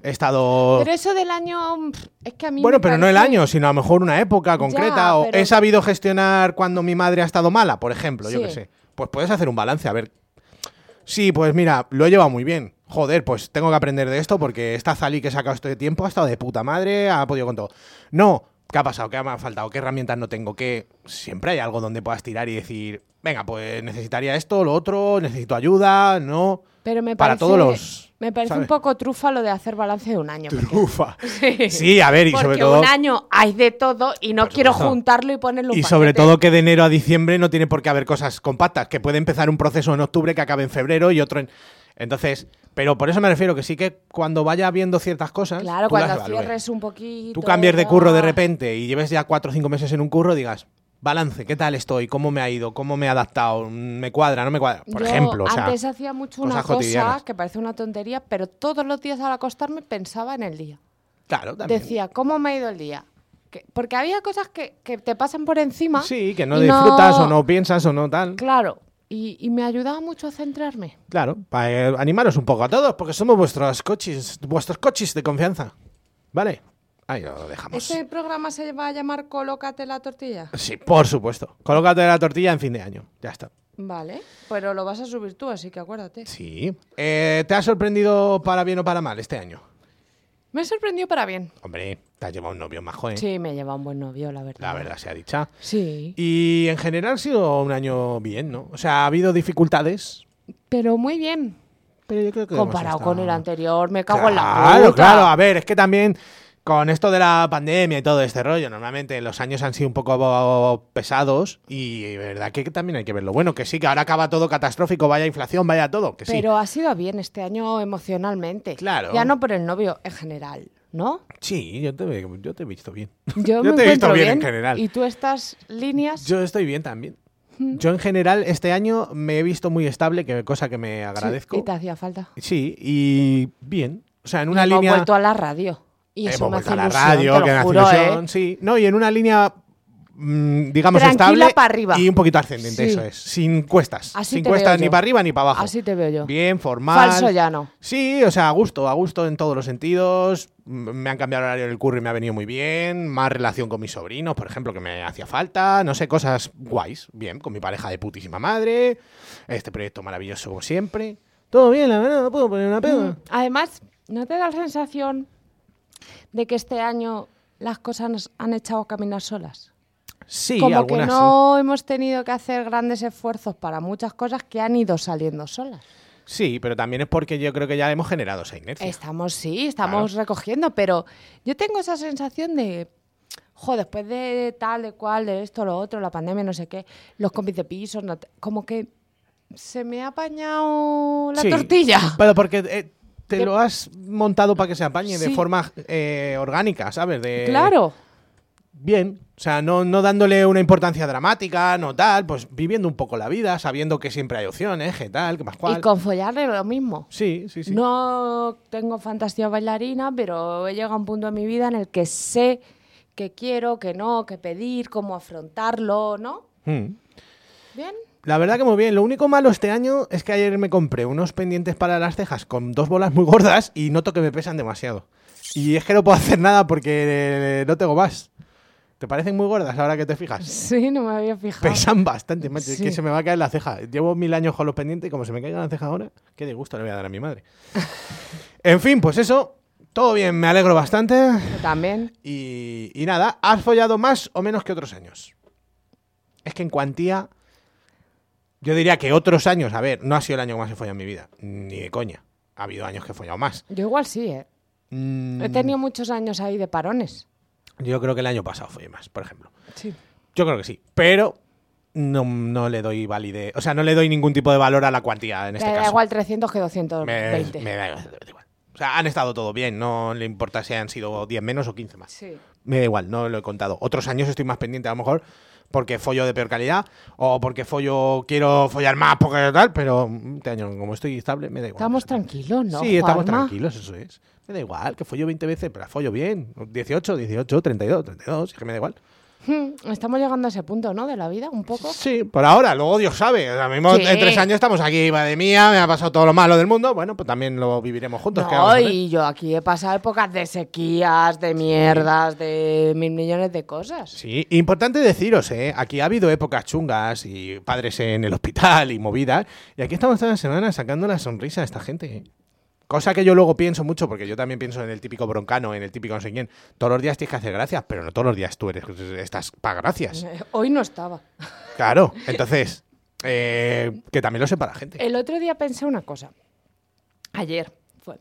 S3: he estado...
S4: Pero eso del año. mm, pff, Es que a mí.
S3: Bueno,
S4: me
S3: pero no el
S4: parece-
S3: año, sino a lo mejor una época concreta. o
S4: pero-
S3: he sabido gestionar cuando mi madre ha estado mala, por ejemplo, yo
S4: Sí.
S3: qué sé. Pues puedes hacer un balance, a ver. Sí, pues mira, lo he llevado muy bien. Joder, pues tengo que aprender de esto porque esta Zali que he sacado este tiempo ha estado de puta madre, ha podido con todo. No, ¿qué ha pasado? ¿Qué me ha faltado? ¿Qué herramientas no tengo? Que siempre hay algo donde puedas tirar y decir, venga, pues necesitaría esto, lo otro, necesito ayuda, no.
S4: Pero me
S3: Para
S4: parece,
S3: todos los-
S4: Me parece un
S3: ¿sabes?
S4: poco trufa lo de hacer balance de un año. porque-
S3: Ufa. Sí, a ver, y
S4: porque
S3: sobre todo.
S4: un año hay de todo y no
S3: Por
S4: quiero
S3: supuesto.
S4: juntarlo y ponerlo en un
S3: Y sobre
S4: paquete.
S3: todo que de enero a diciembre no tiene por qué haber cosas compactas, que puede empezar un proceso en octubre que acabe en febrero y otro en... Entonces, pero por eso me refiero que sí que cuando vaya viendo ciertas cosas,
S4: Claro,
S3: tú las
S4: cuando
S3: evalúes.
S4: cierres un poquito.
S3: Tú cambies de curro de
S4: ah.
S3: repente y lleves ya cuatro o cinco meses en un curro, digas, balance, ¿qué tal estoy? ¿Cómo me ha ido? ¿Cómo me he adaptado? ¿Me cuadra? ¿No me cuadra? Por
S4: Yo
S3: ejemplo, o sea,
S4: antes hacía mucho una
S3: cosas
S4: cosa
S3: cotidianas.
S4: que parece una tontería, pero todos los días al acostarme pensaba en el día.
S3: claro, también.
S4: Decía, ¿cómo me ha ido el día? Que- porque había cosas que, que te pasan por encima.
S3: Sí, que no
S4: y
S3: disfrutas o no piensas o no tal.
S4: Claro, y, y me ayudaba mucho a centrarme.
S3: Claro, para animaros un poco a todos, porque somos vuestros coches, vuestros coches de confianza. ¿Vale? Ahí lo dejamos.
S4: ¿Este programa se va a llamar Colócate la tortilla?
S3: Sí, por supuesto. Colócate la tortilla en fin de año. Ya está.
S4: Vale, pero lo vas a subir tú, así que acuérdate.
S3: Sí. Eh, ¿Te ha sorprendido para bien o para mal este año?
S4: Me sorprendió para bien.
S3: Hombre, te has llevado un novio más joven.
S4: Sí, me lleva un buen novio, la verdad.
S3: La verdad sea dicha.
S4: Sí,
S3: Y en general ha sido un año bien, ¿no? O sea, ha habido dificultades.
S4: pero muy bien.
S3: Pero yo creo que. hemos
S4: Comparado
S3: estado-
S4: con el anterior, me cago en la
S3: Claro,
S4: puta.
S3: claro. A ver, es que también con esto de la pandemia y todo este rollo, normalmente los años han sido un poco pesados y verdad que también hay que ver lo bueno, que sí, que ahora acaba todo catastrófico, vaya inflación, vaya todo, que sí.
S4: Pero ha sido bien este año emocionalmente.
S3: Claro.
S4: Ya no por el novio en general, ¿no?
S3: Sí, yo te, ve- yo te he visto bien.
S4: Yo,
S3: te
S4: me
S3: he visto
S4: encuentro
S3: bien en general.
S4: Y tú estas líneas.
S3: Yo estoy bien también. Yo en general este año me he visto muy estable, que cosa que me agradezco.
S4: Y te hacía falta.
S3: Sí, y bien. O sea, en una
S4: Y
S3: línea...
S4: Hemos vuelto a la radio. Y eso
S3: Hemos
S4: me
S3: vuelto
S4: hace
S3: Eh, pues a la
S4: ilusión,
S3: radio,
S4: te lo
S3: que me hace
S4: juro,
S3: ilusión,
S4: ¿eh?
S3: sí. No, y en una línea, mm, digamos,
S4: Tranquila
S3: estable
S4: pa' arriba.
S3: y un poquito ascendente,
S4: Sí.
S3: eso es. Sin cuestas.
S4: Así
S3: Sin
S4: te veo
S3: cuestas
S4: yo.
S3: ni para arriba ni para abajo.
S4: Así te veo yo.
S3: Bien, formal.
S4: Falso llano.
S3: Sí, o sea, a gusto, a gusto en todos los sentidos. M- Me han cambiado el horario del curry, me ha venido muy bien. Más relación con mis sobrinos, por ejemplo, que me hacía falta. No sé, cosas guays. Bien, con mi pareja de putísima madre. Este proyecto maravilloso como siempre. Todo bien, la verdad, no puedo poner una
S4: Mm,
S3: pega.
S4: Además, ¿no te da la sensación de que este año las cosas nos han echado a caminar solas?
S3: Sí,
S4: Como que
S3: algunas sí.
S4: no hemos tenido que hacer grandes esfuerzos para muchas cosas que han ido saliendo solas.
S3: Sí, pero también es porque yo creo que ya hemos generado esa inercia.
S4: Estamos, sí, estamos recogiendo, pero yo tengo esa sensación de, jo, después de tal, de cual, de esto, lo otro, la pandemia, no sé qué, los compis de piso, no te- como que se me ha apañado la
S3: Sí,
S4: tortilla.
S3: Pero porque eh, te
S4: Que-
S3: lo has montado para que se apañe de
S4: Sí.
S3: forma eh, orgánica, ¿sabes? De,
S4: Claro,
S3: Bien. O sea, no, no dándole una importancia dramática, no tal, pues viviendo un poco la vida, sabiendo que siempre hay opciones, que tal, que más cual.
S4: y con follarle lo mismo.
S3: Sí, sí, sí.
S4: No tengo fantasía bailarina, pero he llegado a un punto en mi vida en el que sé que quiero, que no, que pedir, cómo afrontarlo, ¿no?
S3: Mm.
S4: Bien.
S3: La verdad que muy bien. Lo único malo este año es que ayer me compré unos pendientes para las cejas con dos bolas muy gordas y noto que me pesan demasiado. Y es que no puedo hacer nada porque eh, no tengo más. ¿Te parecen muy gordas ahora que te fijas?
S4: Sí, no me había fijado.
S3: Pesan bastante, macho. Es
S4: Sí.
S3: que se me va a caer la ceja. Llevo mil años con los pendientes y como se me caiga la ceja ahora, qué disgusto le voy a dar a mi madre. en fin, pues eso. Todo bien, me alegro bastante.
S4: Yo también.
S3: Y, y nada, ¿has follado más o menos que otros años? Es que en cuantía, yo diría que otros años, a ver, no ha sido el año que más he follado en mi vida, ni de coña. Ha habido años que he follado más.
S4: Yo igual sí, ¿eh?
S3: Mm,
S4: He tenido muchos años ahí de parones.
S3: Yo creo que el año pasado follé más, por ejemplo.
S4: Sí.
S3: Yo creo que sí, pero no, no le doy validez, o sea, no le doy ningún tipo de valor a la cuantía en este
S4: me da
S3: caso.
S4: igual 300 que
S3: me,
S4: 220.
S3: me da igual, me da igual. O sea, han estado todo bien, no le importa si han sido 10 menos o 15 más.
S4: Sí.
S3: Me da igual, no lo he contado. Otros años estoy más pendiente, a lo mejor, porque follo de peor calidad o porque follo, quiero follar más, porque tal, pero mm, este año, como estoy estable, me da igual.
S4: Estamos tranquilos, ¿no?
S3: Sí, estamos
S4: Juanma?
S3: tranquilos, eso es. Me da igual, que follo 20 veces, pero follo bien. 18, 18, 32, 32, es que me da igual.
S4: Hmm, Estamos llegando a ese punto, ¿no? De la vida, un poco.
S3: Sí, por ahora, luego Dios sabe. Ahora mismo
S4: Oh. Sí.
S3: en tres años estamos aquí, madre mía, me ha pasado todo lo malo del mundo. Bueno, pues también lo viviremos juntos. ¿qué vamos a
S4: No,
S3: hacer?
S4: y yo aquí he pasado épocas de sequías, de mierdas, de mil millones de cosas.
S3: Sí, importante deciros, ¿eh? aquí ha habido épocas chungas y padres en el hospital y movidas, y aquí estamos toda la semana sacando la sonrisa a esta gente. ¿eh? Cosa que yo luego pienso mucho, porque yo también pienso en el típico broncano, en el típico no sé quién. Todos los días tienes que hacer gracias, pero no todos los días tú eres, estás para gracias.
S4: Eh, Hoy no estaba.
S3: Claro, entonces, eh, que también lo sepa la gente.
S4: El otro día pensé una cosa. Ayer fue.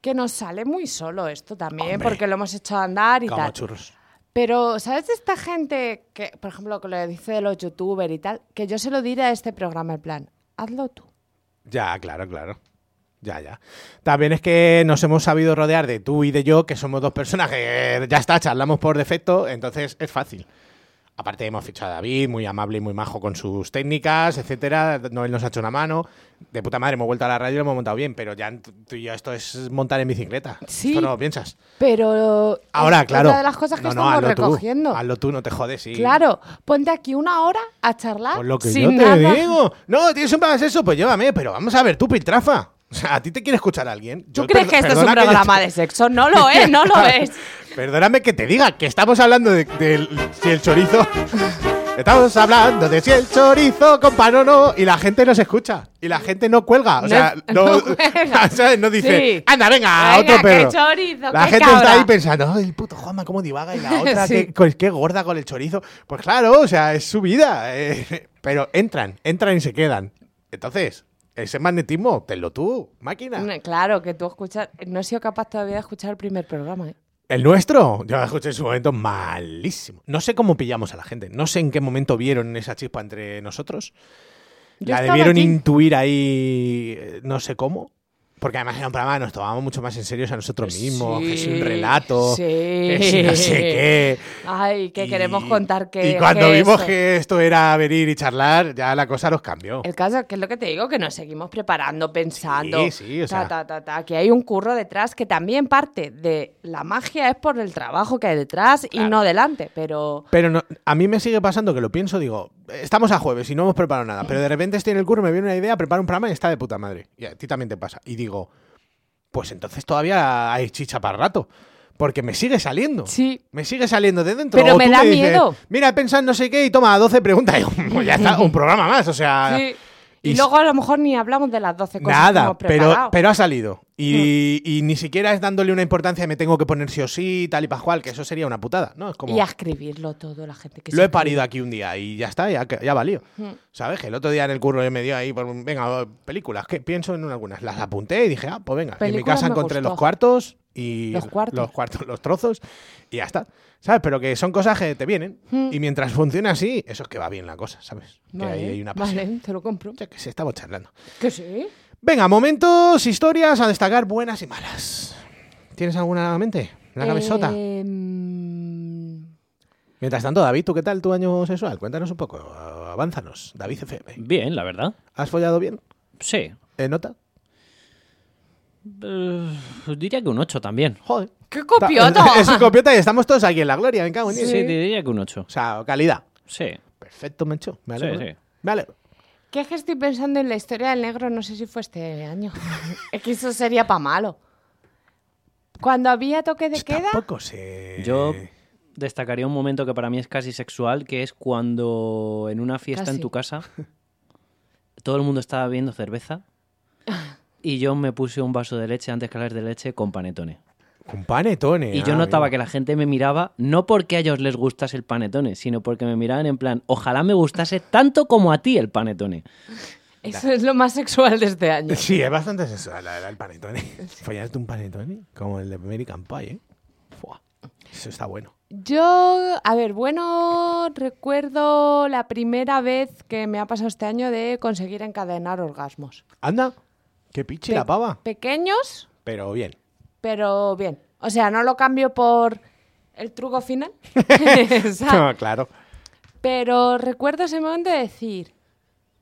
S4: Que nos sale muy solo esto también,
S3: Hombre.
S4: porque lo hemos hecho andar y
S3: Como
S4: tal.
S3: churros.
S4: Pero, ¿sabes de esta gente que, por ejemplo, que lo dice de los youtubers y tal? Que yo se lo diré a este programa, en plan, hazlo tú.
S3: Ya, claro, claro. Ya, ya. También es que nos hemos sabido rodear de tú y de yo, que somos dos personas que eh, ya está, charlamos por defecto, entonces es fácil. Aparte hemos fichado a David, muy amable y muy majo con sus técnicas, etcétera. Noel nos ha hecho una mano. De puta madre, hemos vuelto a la radio y lo hemos montado bien, pero ya tú tú y yo esto es montar en bicicleta.
S4: Sí.
S3: Esto no lo piensas.
S4: Pero es
S3: Ahora, claro.
S4: Una de las cosas que
S3: No, no,
S4: estamos
S3: hazlo tú.
S4: recogiendo.
S3: Hazlo tú, no te jodes, sí.
S4: Claro, ponte aquí una hora a charlar
S3: Pues lo que
S4: sin
S3: yo te
S4: nada.
S3: digo. No, tienes un más eso, pues llévame, pero vamos a ver, tú, piltrafa. O sea, ¿a ti te quiere escuchar alguien?
S4: ¿Tú
S3: Yo,
S4: crees
S3: perdo-
S4: que esto es un
S3: perdona yo
S4: programa
S3: te-
S4: de sexo? No lo es, no lo es.
S3: Perdóname que te diga que estamos hablando de, del- si el chorizo. Estamos hablando de si el chorizo, compa, no, no. Y la gente nos escucha. Y la gente no cuelga. O
S4: No
S3: sea,
S4: es-
S3: no,
S4: no cuelga.
S3: ¿sabes? No dice,
S4: Sí.
S3: anda, venga,
S4: Venga,
S3: otro
S4: qué
S3: perro.
S4: chorizo,
S3: la
S4: qué
S3: gente está
S4: cabra.
S3: ahí pensando, ay, el puto Juanma, cómo divaga. Y la otra,
S4: Sí.
S3: qué, pues, qué gorda con el chorizo. Pues claro, o sea, es su vida. eh. Pero entran, entran y se quedan. Entonces, ese magnetismo, tenlo tú, máquina.
S4: Mm, Claro, que tú escuchas. No he sido capaz todavía de escuchar el primer programa. ¿eh?
S3: ¿El nuestro? Yo lo escuché en su momento malísimo. No sé cómo pillamos a la gente. No sé en qué momento vieron esa chispa entre nosotros.
S4: Yo
S3: la
S4: estaba
S3: debieron
S4: aquí.
S3: intuir ahí, eh, no sé cómo. Porque además era un programa que nos tomábamos mucho más en serio a nosotros mismos. que si un
S4: Sí,
S3: relato.
S4: sí.
S3: que si no sé qué.
S4: Ay, que
S3: Y-
S4: queremos contar que.
S3: Y cuando
S4: que
S3: vimos
S4: esto.
S3: que esto era venir y charlar, ya la cosa nos cambió.
S4: El caso, que es lo que te digo, que nos seguimos preparando, pensando.
S3: Sí, sí, o sea. Pero no- a mí me sigue pasando que lo pienso, digo, estamos a jueves y no hemos preparado nada, pero de repente estoy en el curro, me viene una idea, preparo un programa y está de puta madre. Y a ti también te pasa. Y digo, pues entonces todavía hay chicha para rato. Porque me sigue saliendo.
S4: Sí.
S3: Me sigue saliendo de dentro.
S4: Pero
S3: O
S4: me
S3: tú
S4: da
S3: dices,
S4: miedo.
S3: Mira, pensad no sé qué y toma 12 preguntas. Y digo, "Pues ya está, un programa más. O sea,
S4: Sí.
S3: y-
S4: Y luego a lo mejor ni hablamos de las 12 cosas que
S3: Nada,
S4: hemos
S3: pero,
S4: preparado. Mm.
S3: pero ha salido. Y, y ni siquiera es dándole una importancia, me tengo que poner sí o sí, tal y pascual, que eso sería una putada. ¿no? Es como...
S4: Y a escribirlo todo, la gente que
S3: Lo
S4: se
S3: he
S4: escribe.
S3: parido aquí un día y ya está, ya, ya valió.
S4: Mm.
S3: ¿Sabes? Que el otro día en el curro yo me dio ahí, por, un- venga, películas, que pienso en algunas. Las apunté y dije, ah, pues venga. Y en mi
S4: Películas
S3: casa
S4: me
S3: encontré
S4: gustó.
S3: los cuartos y
S4: Los cuartos.
S3: los cuartos, los trozos y ya está. ¿Sabes? Pero que son cosas que te vienen y mientras funciona así, eso es que va bien la cosa, ¿sabes?
S4: Mm. Vale,
S3: que ahí hay una pasión.
S4: vale, te lo compro.
S3: Ya que se estamos charlando.
S4: Que sí.
S3: Venga, momentos, historias a destacar, buenas y malas. ¿Tienes alguna en mente? ¿En la cabezota?
S4: Eh, mm,
S3: Mientras tanto, David, ¿tú qué tal tu año sexual? Cuéntanos un poco, avánzanos. David FM.
S5: Bien, la verdad.
S3: ¿Has follado bien?
S5: Sí.
S3: ¿Eh, ¿Nota?
S5: Eh, diría que un 8 también.
S3: Joder.
S4: ¡Qué copiota!
S3: Es un copiota y estamos todos aquí en la gloria, me cago en
S5: Sí,
S3: diez.
S5: diría que un 8.
S3: O sea, calidad.
S5: Sí.
S3: Perfecto, Mencho. Me alegro.
S5: Sí, sí.
S3: Me alegro.
S4: que es que estoy pensando en la historia del negro, no sé si fue este año. es que eso sería pa' malo. Cuando había toque de queda,
S3: Tampoco sé.
S5: Yo destacaría un momento que para mí es casi sexual, que es cuando en una fiesta
S4: Casi.
S5: en tu casa todo el mundo estaba bebiendo cerveza y yo me puse un vaso de leche antes que hablar de leche con panetone.
S3: Un panetone.
S5: Y yo
S3: ah,
S5: notaba
S3: amigo.
S5: que la gente me miraba no porque a ellos les gustase el panetone, sino porque me miraban en plan, ojalá me gustase tanto como a ti el panetone.
S4: Eso es lo más sexual de este año.
S3: Sí, es bastante sexual la verdad, el panetone. Follarte un panetone como el de American Pie, ¿eh? Fua, Eso está bueno.
S4: Yo, a ver, bueno, recuerdo la primera vez que me ha pasado este año de conseguir encadenar orgasmos.
S3: Anda, qué piche la
S4: Pe-
S3: pava.
S4: Pequeños,
S3: Pero bien.
S4: pero bien. O sea, no lo cambio por el truco final. O sea,
S3: No, Ah, claro.
S4: pero recuerdo ese momento de decir,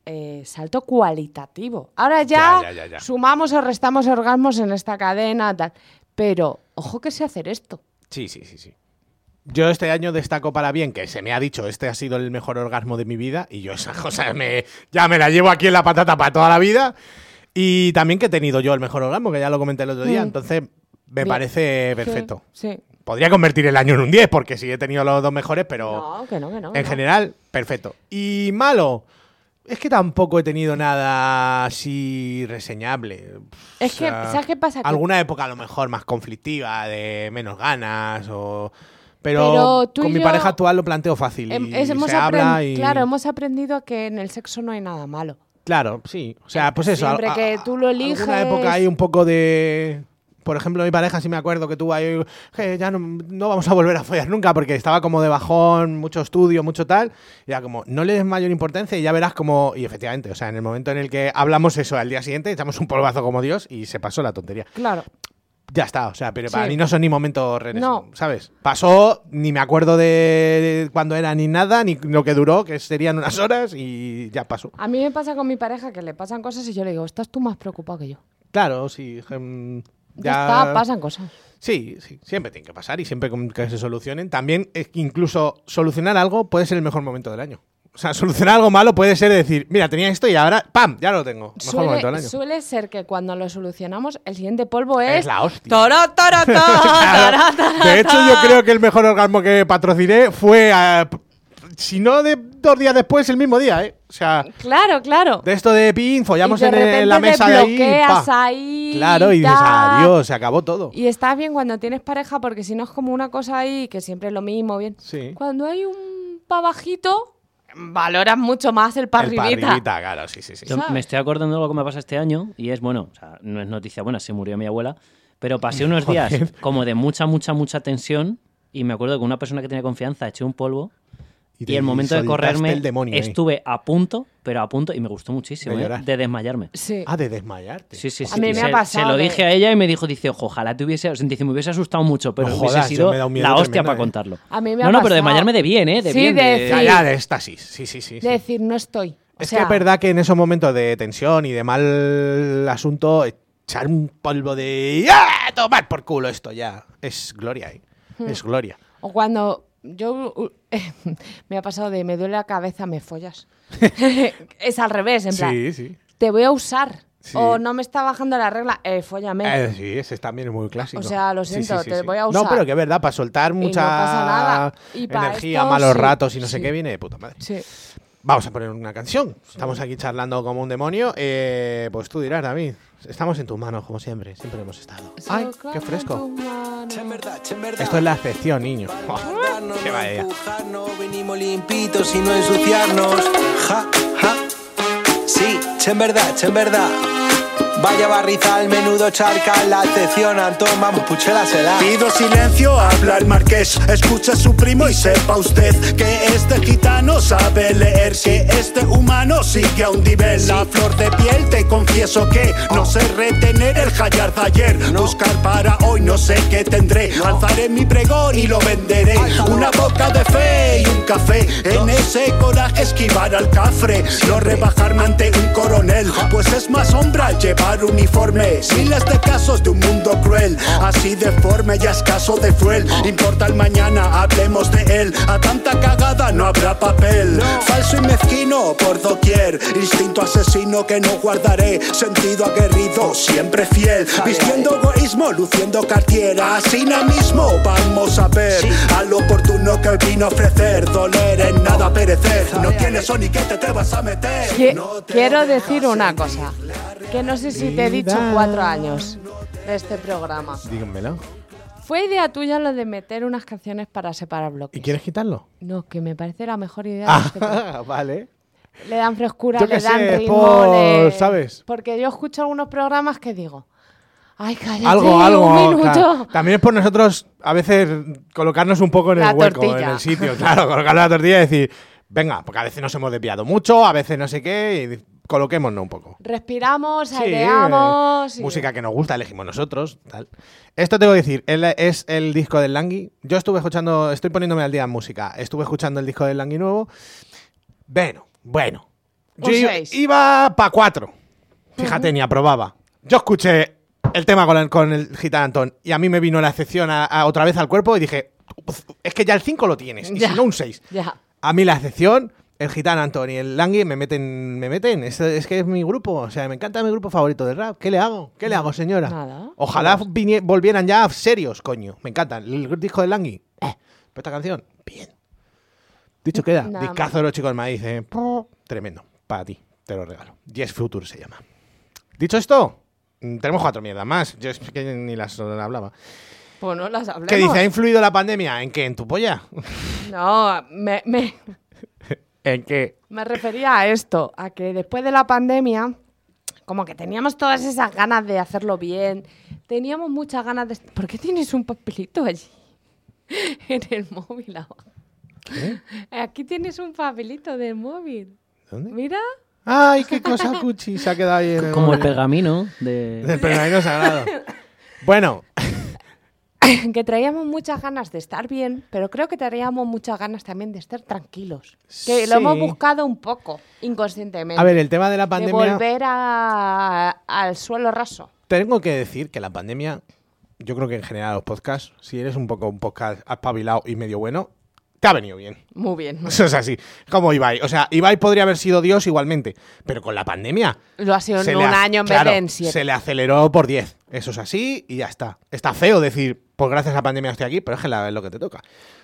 S4: eh, salto cualitativo. Ahora
S3: Ya,
S4: ya,
S3: ya, ya, ya.
S4: sumamos o restamos orgasmos en esta cadena, tal. Pero, ojo que sé hacer esto.
S3: Sí, sí, sí, sí. Yo este año destaco para bien que se me ha dicho, este ha sido el mejor orgasmo de mi vida y yo esa cosa me, ya me la llevo aquí en la patata para toda la vida. Y también que he tenido yo el mejor orgasmo, que ya lo comenté el otro día,
S4: Mm.
S3: entonces me
S4: Bien.
S3: parece perfecto.
S4: Sí.
S3: Podría convertir el año en un 10 porque sí he tenido los dos mejores, pero...
S4: No, que no, que no.
S3: En
S4: no.
S3: general, perfecto. Y malo, es que tampoco he tenido nada así reseñable.
S4: Es que, ¿sabes qué pasa? Que-
S3: Alguna época a lo mejor más conflictiva, de menos ganas o... Pero,
S4: Pero tú
S3: con
S4: y
S3: mi
S4: yo-
S3: pareja actual lo planteo fácil.
S4: Hem-
S3: y
S4: es- hemos
S3: se habla
S4: apren-
S3: y...
S4: Claro, hemos aprendido que en el sexo no hay nada malo.
S3: Claro, sí. O sea, pues eso.
S4: Siempre que tú lo
S3: Alguna
S4: eliges.
S3: época hay un poco de. Por ejemplo, mi pareja sí me acuerdo que tuvo ahí. "Je, ya no, no vamos a volver a follar nunca porque estaba como de bajón, mucho estudio, mucho tal. Y era como, no le des mayor importancia y ya verás como. Y efectivamente, o sea, en el momento en el que hablamos eso al día siguiente, echamos un polvazo como Dios y se pasó la tontería.
S4: Claro.
S3: Ya está, o sea, pero para
S4: Sí.
S3: mí no son ni momentos renes,
S4: No.
S3: ¿sabes? Pasó, ni me acuerdo de cuándo era ni nada, ni lo que duró, que serían unas horas y ya pasó.
S4: A mí me pasa con mi pareja que le pasan cosas y yo le digo, estás tú más preocupado que yo.
S3: Claro, sí. em,
S4: Ya,
S3: ya-
S4: está, pasan cosas.
S3: Sí, sí, siempre tienen que pasar y siempre con que se solucionen. También, es que incluso solucionar algo puede ser el mejor momento del año. O sea, solucionar algo malo puede ser decir, mira, tenía esto y ahora, ¡pam! Ya lo tengo. Mejor momento del
S4: Suele,
S3: año.
S4: suele ser que cuando lo solucionamos, el siguiente polvo es.
S3: Es la hostia.
S4: ¡Toro, toro, toro!
S3: Claro.
S4: toro, toro,
S3: De hecho, yo
S4: toro!
S3: creo que el mejor orgasmo que patrociné fue, ah, p- si no de dos días después, el mismo día, ¿eh? O sea,
S4: Claro, claro.
S3: de esto de pin, follamos
S4: Y de
S3: en, eh, en la
S4: repente
S3: mesa
S4: te
S3: de ahí.
S4: bloqueas
S3: pa.
S4: ahí,
S3: Claro, y dices,
S4: tal.
S3: adiós, se acabó todo.
S4: Y está bien cuando tienes pareja, porque si no es como una cosa ahí que siempre es lo mismo, bien.
S3: Sí.
S4: Cuando hay un pa' bajito, valoras mucho más el pa'
S3: El
S4: arribita.
S3: parrillita, claro, sí, sí, sí.
S5: Yo
S4: ¿Sabes?
S5: me estoy acordando de algo que me pasa este año y es, bueno, o sea, no es noticia buena, se murió mi abuela, pero pasé unos días
S3: Joder.
S5: como de mucha, mucha, mucha tensión y me acuerdo que una persona que tenía confianza eché un polvo y,
S3: te-
S5: el momento de
S3: soltaste
S5: correrme
S3: el demonio ¿eh? ahí.
S5: estuve a punto, pero a punto y me gustó muchísimo
S3: De
S5: ¿eh?
S3: llorar.
S5: de desmayarme.
S4: Sí.
S3: Ah, de desmayarte. Ah,
S5: Sí, sí, sí.
S4: A mí
S5: Y
S4: me
S5: se,
S4: ha pasado
S5: se lo
S4: de-
S5: dije a ella y me dijo, dice, ojo, ojalá te hubiese, o sea, dice, me hubiese asustado mucho, pero
S3: No
S5: hubiese
S3: jodas, yo
S5: sido
S3: me he dado un miedo
S5: la hostia
S3: tremendo,
S5: para
S3: eh.
S5: contarlo.
S4: A mí me ha
S5: no, no, pero
S4: pasado.
S5: desmayarme de bien, ¿eh? De
S4: Sí,
S5: bien,
S4: de
S5: de-
S3: Ya,
S4: Sí.
S3: ya, de éxtasis. Sí, sí, sí. sí.
S4: De decir, no estoy. O
S3: Es
S4: sea,
S3: que es verdad que en esos momentos de tensión y de mal asunto, echar un polvo de ¡Ah! tomar por culo esto ya. Es gloria, ¿eh?
S4: Hmm.
S3: Es gloria.
S4: O cuando yo u- me ha pasado de me duele la cabeza, me follas. es al revés, en plan,
S3: sí.
S4: te voy a usar.
S3: Sí.
S4: O no me está bajando la regla, eh, fóllame.
S3: Eh, sí, ese también es muy clásico.
S4: O sea, lo
S3: Sí,
S4: siento, te voy a
S3: No,
S4: usar.
S3: pero que es verdad, para soltar mucha
S4: pasa nada. Y pa'
S3: energía,
S4: esto,
S3: malos
S4: sí,
S3: ratos y no sé
S4: sí.
S3: qué, viene de puta madre.
S4: Sí.
S3: Vamos a poner una canción. Estamos aquí charlando como un demonio. Eh, pues tú dirás, David. Estamos en tus manos, como siempre. Siempre hemos estado. ¡Ay, qué fresco! Esto es la excepción, niño. ¡Qué vaya!
S8: empujarnos, venimos limpitos y no ensuciarnos. Ja, ja. Sí, che en verdad, che en verdad. Vaya barrizal, menudo charca, la excepción, Antón, vamos, puchela se la.
S2: Pido silencio, habla el marqués. Escucha a su primo y sepa usted que este gitano sabe leer, que este humano sigue a un nivel. La flor de piel, te confieso que no sé retener el hallar de ayer. Buscar para hoy, no sé qué tendré. Alzaré mi pregón y lo venderé. Una boca de fe y un café. En ese coraje esquivar al cafre. No rebajarme ante un coronel, pues es más sombra al llevar uniforme. Miles de casos este de un mundo cruel, así deforme y a escaso de fuel. Importa el mañana, hablemos de él. A tanta cagada no habrá papel. Falso y mezquino por doquier. Instinto asesino que no guardaré. Sentido aguerrido, siempre fiel. Vistiendo egoísmo, luciendo cartiera. Así na mismo vamos a ver. Al oportuno que vino a ofrecer. Doler en nada perecer. No tienes o ni que te atrevas a meter.
S4: Que-
S2: No te
S4: quiero
S2: dejes
S4: decir una cosa, que no sé si te he dicho
S3: Vida.
S4: cuatro años de este programa.
S3: Díganmelo.
S4: Fue idea tuya lo de meter unas canciones para separar bloques.
S3: ¿Y quieres quitarlo?
S4: No, que me parece la mejor idea. de este programa.
S3: Ah, vale.
S4: Le dan frescura,
S3: Yo
S4: le
S3: qué
S4: dan
S3: sé,
S4: ritmo,
S3: por-
S4: le-
S3: ¿sabes?
S4: Porque yo escucho algunos programas que digo, ay, cállate,
S3: Algo,
S4: un
S3: algo.
S4: minuto.
S3: claro. También es por nosotros a veces colocarnos un poco en
S4: La
S3: el hueco, en
S4: tortilla.
S3: el sitio, claro, colocar la tortilla y decir, venga, porque a veces nos hemos desviado mucho, a veces no sé qué, y coloquémonos un poco.
S4: Respiramos,
S3: Sí,
S4: aireamos.
S3: eh,
S4: y-
S3: música que nos gusta, elegimos nosotros. Tal. Esto tengo que decir, el- es el disco del Langui. Yo estuve escuchando, estoy poniéndome al día en música. Estuve escuchando el disco del Langui nuevo. Bueno, bueno. Yo
S4: Un
S3: iba,
S4: seis.
S3: para cuatro. Fíjate, ni aprobaba. Yo escuché el tema con el, con el Gitán Antón y a mí me vino la excepción a- a otra vez al cuerpo y dije, "Uf, es que ya el 5 lo tienes, y
S4: Ya.
S3: si no un 6.
S4: Ya.
S3: A mí la excepción, el gitano Antonio y el Langui me meten, me meten. Es, es que es mi grupo, o sea, me encanta mi grupo favorito de rap. ¿Qué le hago? ¿Qué le hago, señora?
S4: Nada.
S3: Ojalá vinie- volvieran ya serios, coño. Me encantan. El disco del Langui, eh, pero esta canción, bien. Dicho queda,
S4: Nada más.
S3: discazo de los chicos del maíz, eh. Pro, Tremendo, para ti, te lo regalo. Yes Future se llama. Dicho esto, mm, tenemos cuatro mierdas más. Yo es que ni las hablaba.
S4: Pues no las hablemos.
S3: ¿Qué dice? ¿Ha influido la pandemia? ¿En qué? ¿En tu polla?
S4: No, me, me,
S3: ¿En qué?
S4: me refería a esto, a que después de la pandemia, como que teníamos todas esas ganas de hacerlo bien, teníamos muchas ganas de... ¿Por qué tienes un papelito allí? En el móvil abajo. Aquí tienes un papelito del móvil.
S3: ¿Dónde?
S4: Mira.
S3: Ay, qué cosa cuchi se ha quedado ahí en el
S5: Como el
S3: móvil.
S5: pergamino de...
S3: Del pergamino sagrado. Bueno,
S4: que traíamos muchas ganas de estar bien, pero creo que traíamos muchas ganas también de estar tranquilos. Que
S3: Sí.
S4: lo hemos buscado un poco, inconscientemente.
S3: a ver, el tema de la
S4: De
S3: pandemia.
S4: volver a- al suelo raso.
S3: Tengo que decir que la pandemia, yo creo que en general los podcasts, si eres un poco un podcast espabilado y medio bueno, te ha venido bien.
S4: Muy bien.
S3: Eso es así. Como Ibai. O sea, Ibai podría haber sido Dios igualmente, pero con la pandemia.
S4: Lo ha sido
S3: se
S4: en
S3: le
S4: un
S3: ac-
S4: año en
S3: claro,
S4: vez de en siete.
S3: Se le aceleró por 10. Eso es así y ya está. Está feo decir, por gracias a la pandemia estoy aquí, pero es que la- es lo que te toca.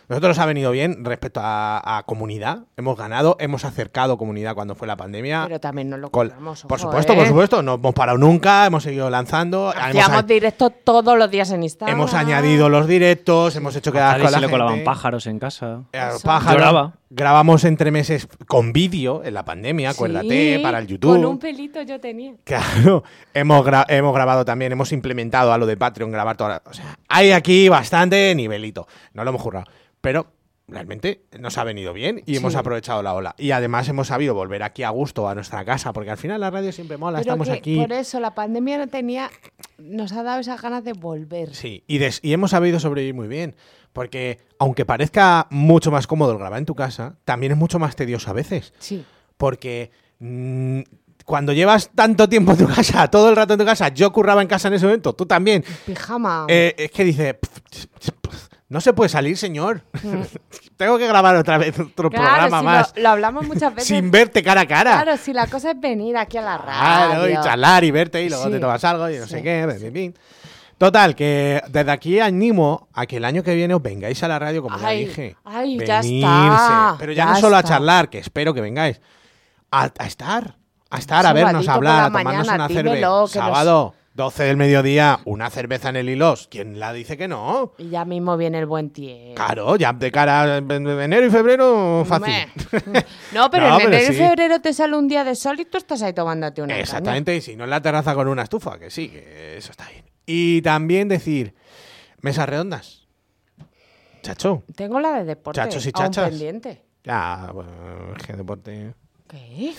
S3: Nosotros nos ha venido bien respecto a, a comunidad. Hemos ganado, hemos acercado comunidad cuando fue la pandemia.
S4: Pero también no lo
S3: Col-
S4: cobramos.
S3: por
S4: ojo,
S3: supuesto,
S4: ¿eh?
S3: por supuesto. No hemos parado nunca, hemos seguido lanzando. Hemos,
S4: Hacíamos
S3: a-
S4: directo todos los días en Instagram.
S3: hemos añadido los directos, hemos hecho quedadas
S5: Tal y
S3: con
S5: se
S3: la
S5: le colaban
S3: gente.
S5: pájaros en casa.
S3: Eh,
S4: Eso.
S3: pájaros.
S5: Lloraba.
S3: Grabamos entre meses con vídeo en la pandemia, acuérdate,
S4: Sí,
S3: para el YouTube.
S4: Con un pelito yo tenía.
S3: Claro, hemos, gra- hemos grabado también, hemos implementado a lo de Patreon grabar todas las- O sea, hay aquí bastante nivelito. No lo hemos jurado. Pero realmente nos ha venido bien y hemos aprovechado la ola. Y además hemos sabido volver aquí a gusto a nuestra casa, porque al final la radio siempre mola,
S4: Pero
S3: estamos
S4: que
S3: aquí.
S4: Por e-, eso la pandemia no tenía, nos ha dado esas ganas de volver.
S3: Sí, y, des- y hemos sabido sobrevivir muy bien. Porque aunque parezca mucho más cómodo el grabar en tu casa, también es mucho más tedioso a veces.
S4: Sí.
S3: Porque mm, cuando llevas tanto tiempo en tu casa, todo el rato en tu casa, yo curraba en casa en ese momento, tú también.
S4: Pijama.
S3: Eh, es que dice, no se puede salir, señor. Tengo que grabar otra vez otro
S4: Mm. Claro,
S3: programa
S4: si
S3: más.
S4: Lo, lo hablamos muchas veces.
S3: Sin verte cara a cara.
S4: Claro, si la cosa es venir aquí a la radio.
S3: Claro, y charlar y verte y luego
S4: Sí.
S3: te tomas algo y no sé
S4: Sí,
S3: qué. pim, pim, pim. Total, que desde aquí animo a que el año que viene os vengáis a la radio, como ya
S4: Ay,
S3: dije.
S4: ay, ya
S3: Venirse.
S4: está,
S3: Pero ya,
S4: ya
S3: no solo
S4: está.
S3: a charlar, que espero que vengáis. A, a estar, a estar, a
S4: Un
S3: vernos,
S4: ratito
S3: a
S4: por
S3: hablar,
S4: la
S3: a tomarnos
S4: mañana,
S3: una cerveza.
S4: dímelo, que los-
S3: Sábado, 12 del mediodía, una cerveza en el hilos. ¿Quién la dice que no?
S4: Y ya mismo viene el buen tiempo.
S3: Claro, ya de cara a enero y febrero, Pues fácil.
S4: Hombre. No, pero
S3: No,
S4: en
S3: pero
S4: enero y
S3: sí.
S4: febrero te sale un día de sol y tú estás ahí tomándote una. caña.
S3: Exactamente, y si no en la terraza con una estufa, que sí, que eso está bien. Y también decir, mesas redondas. Chacho.
S4: Tengo la de deporte.
S3: Chachos y
S4: aún
S3: chachas.
S4: pendiente.
S3: Ya, bueno, es que deporte.
S4: ¿Qué?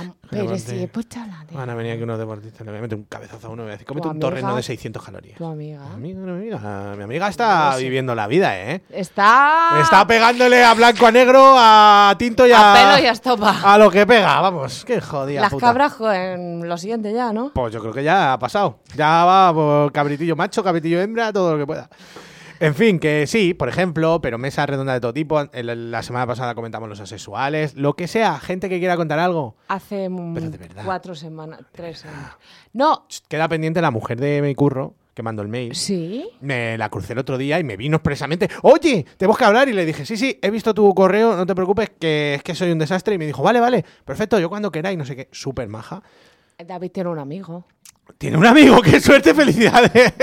S4: Ah, Pero
S3: Deporte.
S4: si he puesto la de
S3: Van a venir aquí unos deportistas, le voy a meter un cabezazo a uno y voy a decir, cómete
S4: Tu
S3: un
S4: amiga.
S3: torreno de 600 calorías.
S4: tu amiga.
S3: Mi amiga, mi amiga, mi amiga está viviendo la vida, ¿eh?
S4: Está...
S3: Está pegándole a blanco a negro, a tinto y a.
S4: Ah. a pelo y a estopa.
S3: a lo que pega, vamos. Qué jodida
S4: Las
S3: Ah, puta.
S4: cabras en lo siguiente ya, ¿no?
S3: Pues yo creo que ya ha pasado. Ya va por cabritillo macho, cabritillo hembra, todo lo que pueda. En fin, que sí, por ejemplo, pero mesa redonda de todo tipo. El- el- La semana pasada comentamos los asexuales, lo que sea, gente que quiera contar algo.
S4: Hace mm,
S3: Pero de verdad.
S4: cuatro semanas, tres semanas. No,
S3: Ch, Queda pendiente la mujer de mi curro, que mandó el mail.
S4: sí.
S3: Me la crucé el otro día y me vino expresamente, oye, tenemos que hablar. Y le dije, sí, sí, he visto tu correo, no te preocupes, que es que soy un desastre. Y me dijo, vale, vale, perfecto, yo cuando queráis, no sé qué. Súper maja.
S4: David tiene un amigo.
S3: Tiene un amigo, qué suerte, felicidades.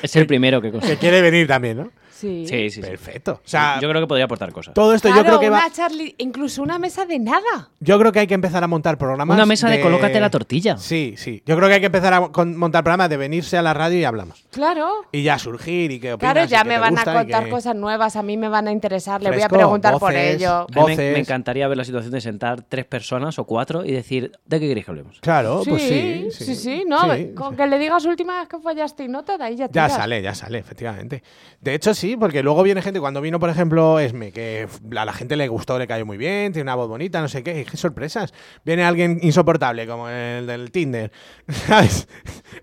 S5: Es el primero que consigue.
S3: Que quiere venir también, ¿no?
S4: Sí.
S5: Sí, sí, sí.
S3: Perfecto. O sea,
S5: Yo creo que podría aportar cosas.
S3: todo esto yo
S4: Claro,
S3: creo que
S4: una
S3: va.
S4: charli- incluso una mesa de nada.
S3: Yo creo que hay que empezar a montar programas.
S5: Una mesa de colócate la tortilla.
S3: Sí, sí. Yo creo que hay que empezar a con- montar programas de venirse a la radio y hablamos.
S4: Claro.
S3: Y ya surgir y que opinas.
S4: Claro,
S3: y
S4: ya
S3: qué
S4: me
S3: te
S4: van a
S3: gusta y
S4: contar
S3: qué-
S4: cosas nuevas, a mí me van a interesar, le voy a
S3: Fresco,
S4: preguntar por
S3: voces.
S4: ello.
S5: A mí me-
S3: voces.
S5: Me, encantaría ver la situación de sentar tres personas o cuatro y decir, ¿de qué queréis que hablemos?
S3: Claro, pues sí.
S4: sí, sí, no,
S3: sí,
S4: con
S3: sí.
S4: que le digas última vez que fallaste y nota, de ahí ya
S3: Ya
S4: tiras.
S3: sale, ya sale, efectivamente. De hecho, sí, porque luego viene gente, cuando vino, por ejemplo, Esme, que f- a la gente le gustó, le cayó muy bien, tiene una voz bonita, no sé qué, y qué sorpresas. Viene alguien insoportable, como el del Tinder, ¿sabes?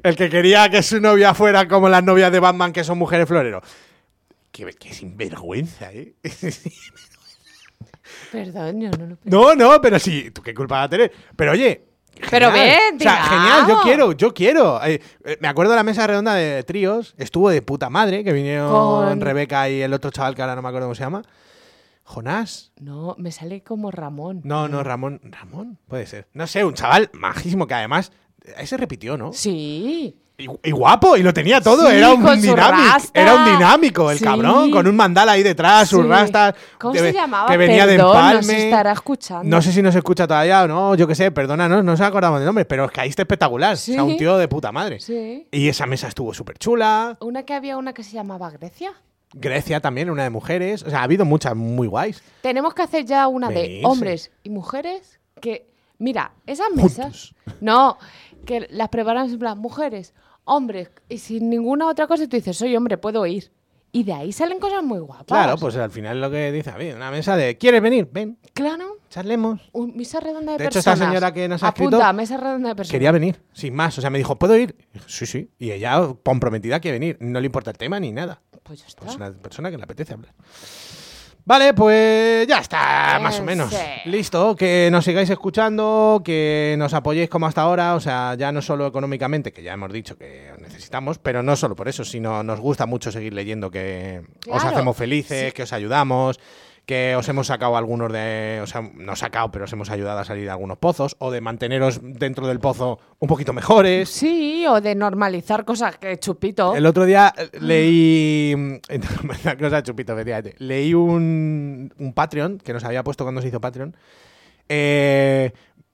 S3: El que quería que su novia fuera como las novias de Batman, que son mujeres florero. Qué, qué sinvergüenza, ¿eh?
S4: Perdón, yo no lo
S3: No, no, pero sí, ¿tú qué culpa va a tener? Pero oye.
S4: Pero
S3: genial.
S4: bien,
S3: O sea,
S4: digamos.
S3: genial, yo quiero, yo quiero. Eh, eh, me acuerdo de la mesa redonda de tríos, estuvo de puta madre, que vinieron
S4: Con-
S3: Rebeca y el otro chaval que ahora no me acuerdo cómo se llama. Jonás.
S4: No, me sale como Ramón.
S3: No, no, Ramón. Ramón, puede ser. No sé, un chaval majísimo que además. Ese repitió, ¿no?
S4: Sí.
S3: Y, y guapo, y lo tenía todo.
S4: Sí,
S3: era un
S4: con su
S3: dinámico.
S4: rasta.
S3: Era un dinámico, el
S4: Sí.
S3: cabrón, con un mandala ahí detrás, sus
S4: Sí.
S3: rastas.
S4: ¿Cómo
S3: que
S4: se
S3: ve-
S4: llamaba?
S3: Que venía
S4: Perdón,
S3: de
S4: nos
S3: Empalme.
S4: estará escuchando.
S3: No sé si nos escucha todavía o no, yo qué sé, perdónanos, no nos acordamos de nombre, pero es que ahí está espectacular. O sea,
S4: Sí.
S3: un tío de puta madre.
S4: Sí.
S3: Y esa mesa estuvo súper chula.
S4: Una que había una que se llamaba Grecia.
S3: Grecia también, una de mujeres. O sea, ha habido muchas muy guays.
S4: Tenemos que hacer ya una de
S3: Venirse.
S4: hombres y mujeres que, mira, esas mesas, no, que las preparan en plan mujeres, hombres y sin ninguna otra cosa y tú dices, soy hombre, puedo ir. Y de ahí salen cosas muy guapas.
S3: Claro, pues al final lo que dice, había una mesa de ¿quieres venir? Ven,
S4: Claro,
S3: charlemos.
S4: un- mesa redonda de,
S3: De hecho,
S4: personas.
S3: esta señora que nos ha
S4: Apunta,
S3: escrito
S4: mesa redonda de personas.
S3: Quería venir, sin más. O sea, me dijo, ¿puedo ir? Y dije, sí, sí. Y ella comprometida que venir. No le importa el tema ni nada.
S4: Pues ya está.
S3: Pues una persona que le apetece hablar. Vale, pues ya está, más o
S4: Ese.
S3: menos. Listo, que nos sigáis escuchando, que nos apoyéis como hasta ahora, o sea, ya no solo económicamente, que ya hemos dicho que os necesitamos, pero no solo por eso, sino nos gusta mucho seguir leyendo que os
S4: Claro.
S3: hacemos felices, que os ayudamos, que os hemos sacado algunos de, o sea, no sacado, pero os hemos ayudado a salir de algunos pozos o de manteneros dentro del pozo un poquito mejores.
S4: Sí, o de normalizar cosas que chupito.
S3: El otro día eh, leí. mm, Una cosa chupito, efectivamente. Leí un, un Patreon que nos había puesto cuando se hizo Patreon. Eh,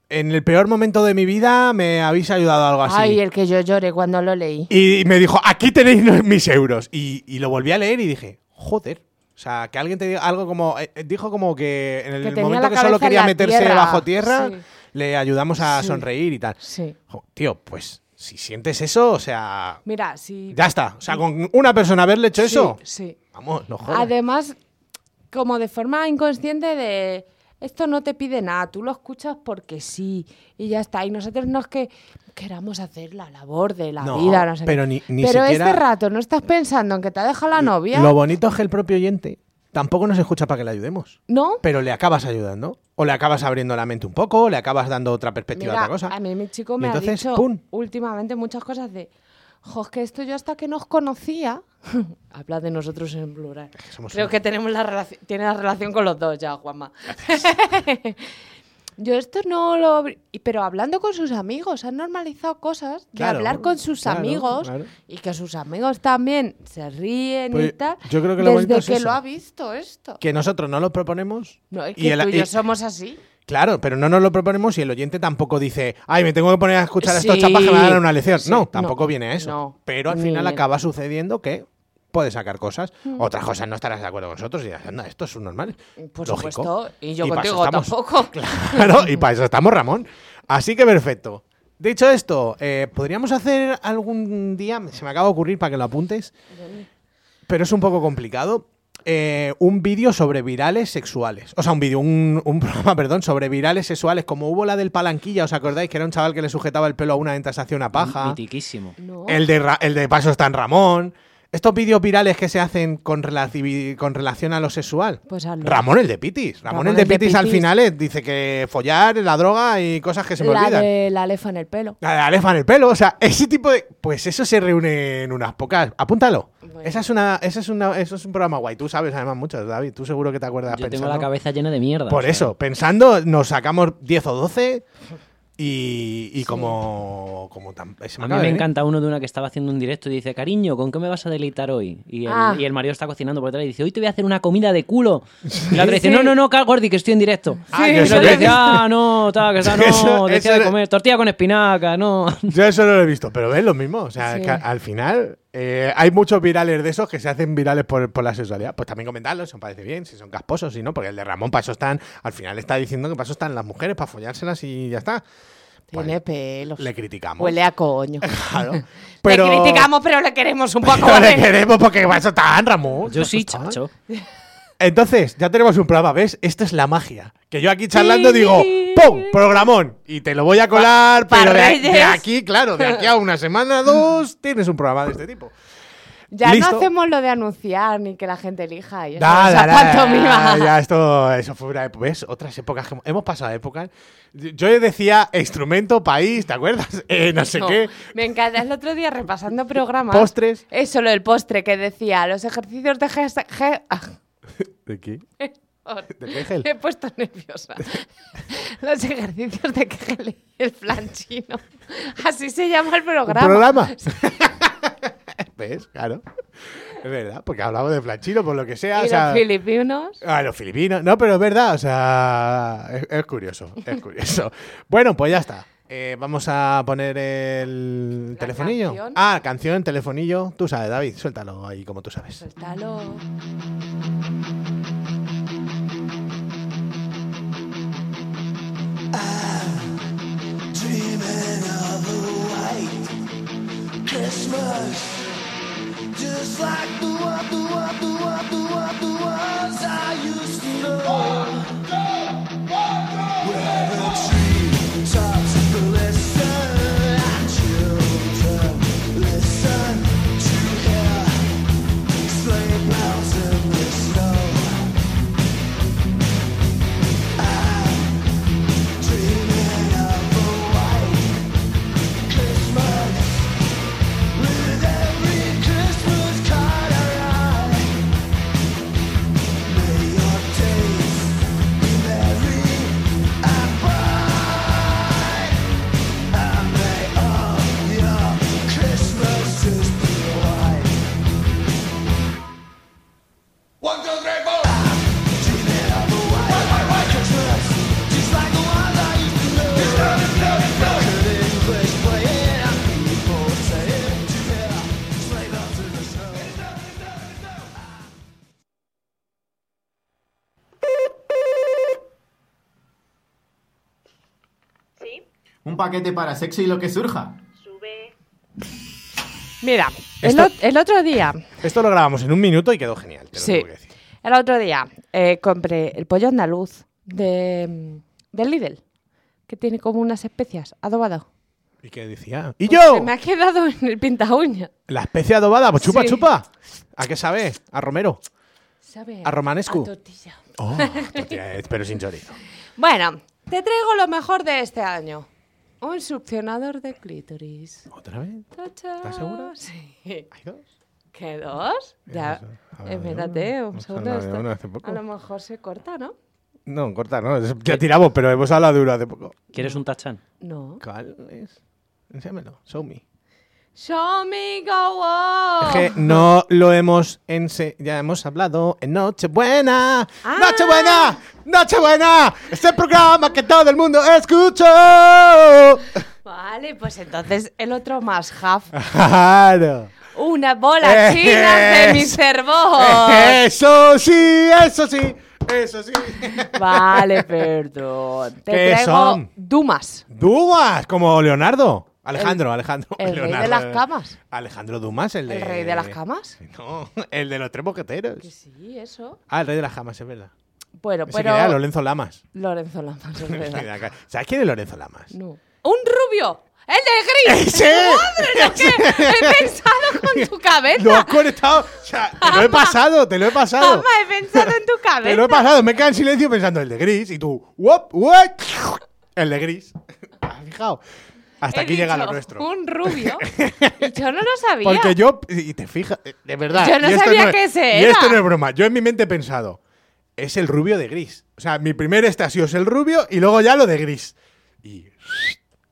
S3: en el peor momento de mi vida me habéis ayudado a algo así.
S4: Ay, el que yo lloré cuando lo leí.
S3: Y me dijo, aquí tenéis no- mis euros. Y, y lo volví a leer y dije, joder. O sea, que alguien te diga algo como. eh, eh, dijo como que en el
S4: Que tenía la
S3: momento que
S4: cabeza
S3: solo
S4: en
S3: quería
S4: la
S3: meterse
S4: tierra.
S3: bajo tierra,
S4: Sí.
S3: le ayudamos a
S4: Sí.
S3: sonreír y tal.
S4: Sí.
S3: Jo, tío, pues si sientes eso, o sea.
S4: Mira, sí.
S3: Ya está. O sea, con una persona haberle hecho
S4: sí,
S3: eso.
S4: Sí.
S3: Vamos, no jodas.
S4: Además, como de forma inconsciente de esto no te pide nada, tú lo escuchas porque sí y ya está. Y nosotros no es que queramos hacer la labor de la
S3: No,
S4: vida, no sé
S3: pero
S4: qué.
S3: ni- ni
S4: pero
S3: siquiera-
S4: este rato no estás pensando en que te ha dejado la novia,
S3: Lo bonito es que el propio oyente tampoco nos escucha para que le ayudemos.
S4: ¿no?
S3: Pero le acabas ayudando. O le acabas abriendo la mente un poco, o le acabas dando otra perspectiva
S4: Mira,
S3: a otra cosa.
S4: a mí mi chico
S3: Y
S4: me
S3: entonces,
S4: ha dicho
S3: ¡pum!
S4: últimamente muchas cosas de, jo, es que esto yo hasta que nos conocía, habla de nosotros en plural.
S3: somos
S4: Creo
S3: uno.
S4: que tenemos la relaci- tiene la relación con los dos ya, Juanma. yo esto no lo... abri- y- Pero hablando con sus amigos, han normalizado cosas de
S3: Claro,
S4: hablar con sus
S3: claro,
S4: amigos
S3: claro.
S4: y que sus amigos también se ríen y
S3: Pues,
S4: tal.
S3: yo creo que lo
S4: desde
S3: bonito es
S4: que
S3: eso.
S4: lo ha visto esto.
S3: Que nosotros no lo proponemos.
S4: No, es que
S3: y el-
S4: tú y yo
S3: y-
S4: somos así.
S3: Claro, pero no nos lo proponemos y el oyente tampoco dice, ay, me tengo que poner a escuchar a estos
S4: Sí,
S3: chapas que me van a dar una lección.
S4: sí,
S3: no,
S4: no,
S3: tampoco viene a eso.
S4: no,
S3: pero al
S4: ni
S3: final
S4: viene. Mm.
S3: acaba sucediendo que puedes sacar cosas. Otras cosas no estarás de acuerdo con nosotros y dirás, anda, esto es un normal.
S4: Por
S3: Lógico.
S4: supuesto, y yo
S3: para eso
S4: contigo
S3: estamos.
S4: tampoco.
S3: Claro, y para eso estamos, Ramón. Así que perfecto. Dicho esto, eh, podríamos hacer algún día, se me acaba de ocurrir para que lo apuntes, pero es un poco complicado, eh, un vídeo sobre virales sexuales. O sea, un vídeo, un, un programa, perdón, sobre virales sexuales, como hubo la del palanquilla, ¿os acordáis que era un chaval que le sujetaba el pelo a una mientras hacía una paja?
S5: Mitiquísimo.
S4: No.
S3: El de, Ra- el de Paso está en Ramón. Estos vídeos virales que se hacen con, relativi- con relación a lo sexual.
S4: Pues hazlo.
S3: Ramón el de Pitis. Ramón, el de Pitis, al final eh, dice que follar, la droga y cosas que se me
S4: la
S3: olvidan.
S4: de la lefa en el pelo.
S3: La de Alefa en el pelo. O sea, ese tipo de. Pues eso se reúne en unas pocas. Apúntalo.
S4: Bueno.
S3: Esa es una, esa es una, eso es un programa guay. Tú sabes además mucho, David. Tú seguro que te acuerdas
S5: Yo tengo
S3: pensando.
S5: la cabeza llena de mierda. o
S3: Por
S5: sea,
S3: eso, pensando, nos sacamos 10 o 12. Y, y como, como tan- ¿eh? se me
S5: A mí
S3: acaba de
S5: me
S3: venir.
S5: encanta uno de una que estaba haciendo un directo y dice, cariño, ¿con qué me vas a deleitar hoy? Y el,
S4: Ah.
S5: y el marido está cocinando por detrás y dice, hoy te voy a hacer una comida de culo. Y la otra dice,
S4: Sí.
S5: no, no, no, Cal Gordi, que estoy en directo.
S3: Ah,
S5: y
S3: que
S5: el
S3: eso
S5: otro
S3: lo he
S5: dice,
S3: visto.
S5: ah, no, tal, que está, no,
S3: Eso-
S5: te
S3: eso
S5: queda de
S3: era-
S5: comer tortilla con espinaca, no.
S3: Yo eso no lo he visto, pero ves lo mismo. O sea,
S4: Sí.
S3: que al final eh, hay muchos virales de esos que se hacen virales por, por la sexualidad. Pues también comentarlos, si os parece bien, si son casposos, si no, porque el de Ramón para eso están, al final está diciendo que para eso están las mujeres, para follárselas y ya está. Pues,
S4: Tiene pelos.
S3: le criticamos.
S4: Huele a coño.
S3: Claro.
S4: Pero...
S3: Pero
S4: Le criticamos, pero le queremos un poco.
S3: No le
S4: ¿eh?
S3: queremos porque para eso están, Ramón.
S5: Yo
S3: para
S5: sí,
S3: eso están.
S5: chacho.
S3: Entonces, ya tenemos un programa, ¿ves? Esta es la magia. Que yo aquí charlando digo, ¡pum! Programón. Y te lo voy a colar,
S4: pa
S3: pero de,
S4: Reyes.
S3: de aquí, claro, de aquí a una semana, dos, tienes un programa de este tipo.
S4: Ya
S3: Listo.
S4: no hacemos lo de anunciar ni que la gente elija. Y eso,
S3: Da,
S4: esa
S3: da, da,
S4: pantomima.
S3: Ya, esto, eso fue una época. ¿Ves? Otras épocas que hemos- hemos pasado épocas. Yo decía instrumento, país, ¿te acuerdas? Eh, no sé
S4: No,
S3: qué.
S4: Me encanta. El otro día repasando programas.
S3: Postres.
S4: Eso, lo del postre que decía, los ejercicios de gest- ge- ah,
S3: ¿De qué? ¿De Kegel?
S4: Me he puesto nerviosa. los ejercicios de Kegel y el plan chino. Así se llama el
S3: ¿Un
S4: programa.
S3: programa? ¿Ves? Claro. Es verdad, porque hablamos de flanchino, por lo que sea.
S4: Y
S3: o sea,
S4: los filipinos.
S3: Ah, los filipinos. No, pero es verdad, o sea, es, es curioso, es curioso. Bueno, pues ya está. Eh, vamos a poner el
S4: La
S3: telefonillo.
S4: canción.
S3: Ah, canción, telefonillo. Tú sabes, David, suéltalo ahí como tú
S4: pues,
S3: sabes.
S4: Suéltalo.
S7: Dreaming of a white Christmas, just like the one, the one, the one, the one, the ones I used to know. Where the treetops glisten and children listen to hear sleigh bells in the snow. I'm dreaming of a white Christmas with every Christmas card I write. May your days be merry and bright, and may all your Christmases be white. One, two, three, four. I'm dreaming of a white, white, white Christmas, just like the ones I used to know. It's love, it's love, it's love. Good English playing, and people saying, "To hear sleigh bells in the snow."
S9: Sí,
S10: Un paquete para sexo y lo que surja.
S9: sube.
S4: Mira, el,
S3: Esto-
S4: ot- el otro día.
S3: Esto lo grabamos en un minuto y quedó genial, te lo
S4: Sí.
S3: tengo que decir.
S4: El otro día eh, compré el pollo andaluz de, del Lidl, que tiene como unas especias adobado.
S3: ¿Y qué decía? ¡Y
S4: Pues Se
S3: yo!
S4: me ha quedado en el pinta uña.
S3: La especie adobada, pues chupa,
S4: Sí.
S3: chupa. ¿A qué sabe? A Romero.
S4: ¿Sabe?
S3: A romanescu.
S4: a tortilla.
S3: Oh, tortilla, eh, pero sin chorizo.
S4: Bueno, te traigo lo mejor de este año. Un succionador de clítoris.
S3: ¿Otra vez?
S4: Tachán.
S3: ¿Estás segura?
S4: Sí.
S3: ¿Hay dos?
S4: ¿Qué dos? Ya.
S3: no sé. Habrá de
S4: Espérate,
S3: uno.
S4: un
S3: Hemos
S4: segundo.
S3: hablado de
S4: esto-
S3: uno hace poco.
S4: A lo mejor se corta, ¿no?
S3: No, corta, no. es- Ya tiramos, pero hemos hablado de uno hace poco.
S5: ¿Quieres un tachán?
S4: No.
S3: ¿Cuál es? Enséamelo, show me.
S4: Show me go on.
S3: Es que no lo hemos ense ya hemos hablado en Nochebuena.
S4: Ah.
S3: Nochebuena, Nochebuena. Este programa que todo el mundo escuchó.
S4: Vale, pues entonces el otro más half.
S3: Claro.
S4: Una bola
S3: Es-
S4: china
S3: eh,
S4: de mi cervo.
S3: Eso sí, eso sí, eso sí.
S4: Vale, perdón. Te
S3: ¿Qué
S4: traigo
S3: son?
S4: Dumas.
S3: Dumas, como Leonardo. Alejandro, Alejandro.
S4: el rey de
S3: Leonardo.
S4: las camas.
S3: Alejandro Dumas, el de.
S4: ¿El rey de las camas?
S3: No, el de los tres boqueteros.
S4: Que sí, eso.
S3: Ah, el rey de las camas, es verdad.
S4: Bueno,
S3: Ese que
S4: pero.
S3: era Lorenzo Lamas.
S4: Lorenzo Lamas, es verdad.
S3: ¿Sabes quién es Lorenzo Lamas?
S4: No. ¡Un rubio! ¡El de gris!
S3: ¡Ese!
S4: ¡Madre no, que He pensado con tu cabeza.
S3: Lo has conectado. O sea, te lo he pasado, te lo he pasado.
S4: Mamá, he pensado en tu
S3: Te lo he
S4: cabeza.
S3: pasado. Me queda en silencio pensando el de gris y tú. ¡Wop! ¡Wop! El de gris. ¿Has fijado? Hasta
S4: He
S3: aquí llega
S4: dicho,
S3: lo nuestro.
S4: Un rubio. Y yo no lo sabía.
S3: Porque yo. Y te fijas, eh, de verdad.
S4: Yo no
S3: y esto
S4: sabía
S3: es-
S4: que ese
S3: Y
S4: era.
S3: esto no es broma. Yo en mi mente he pensado. Es el rubio de gris. O sea, mi primer este ha sido el rubio y luego ya lo de gris. Y.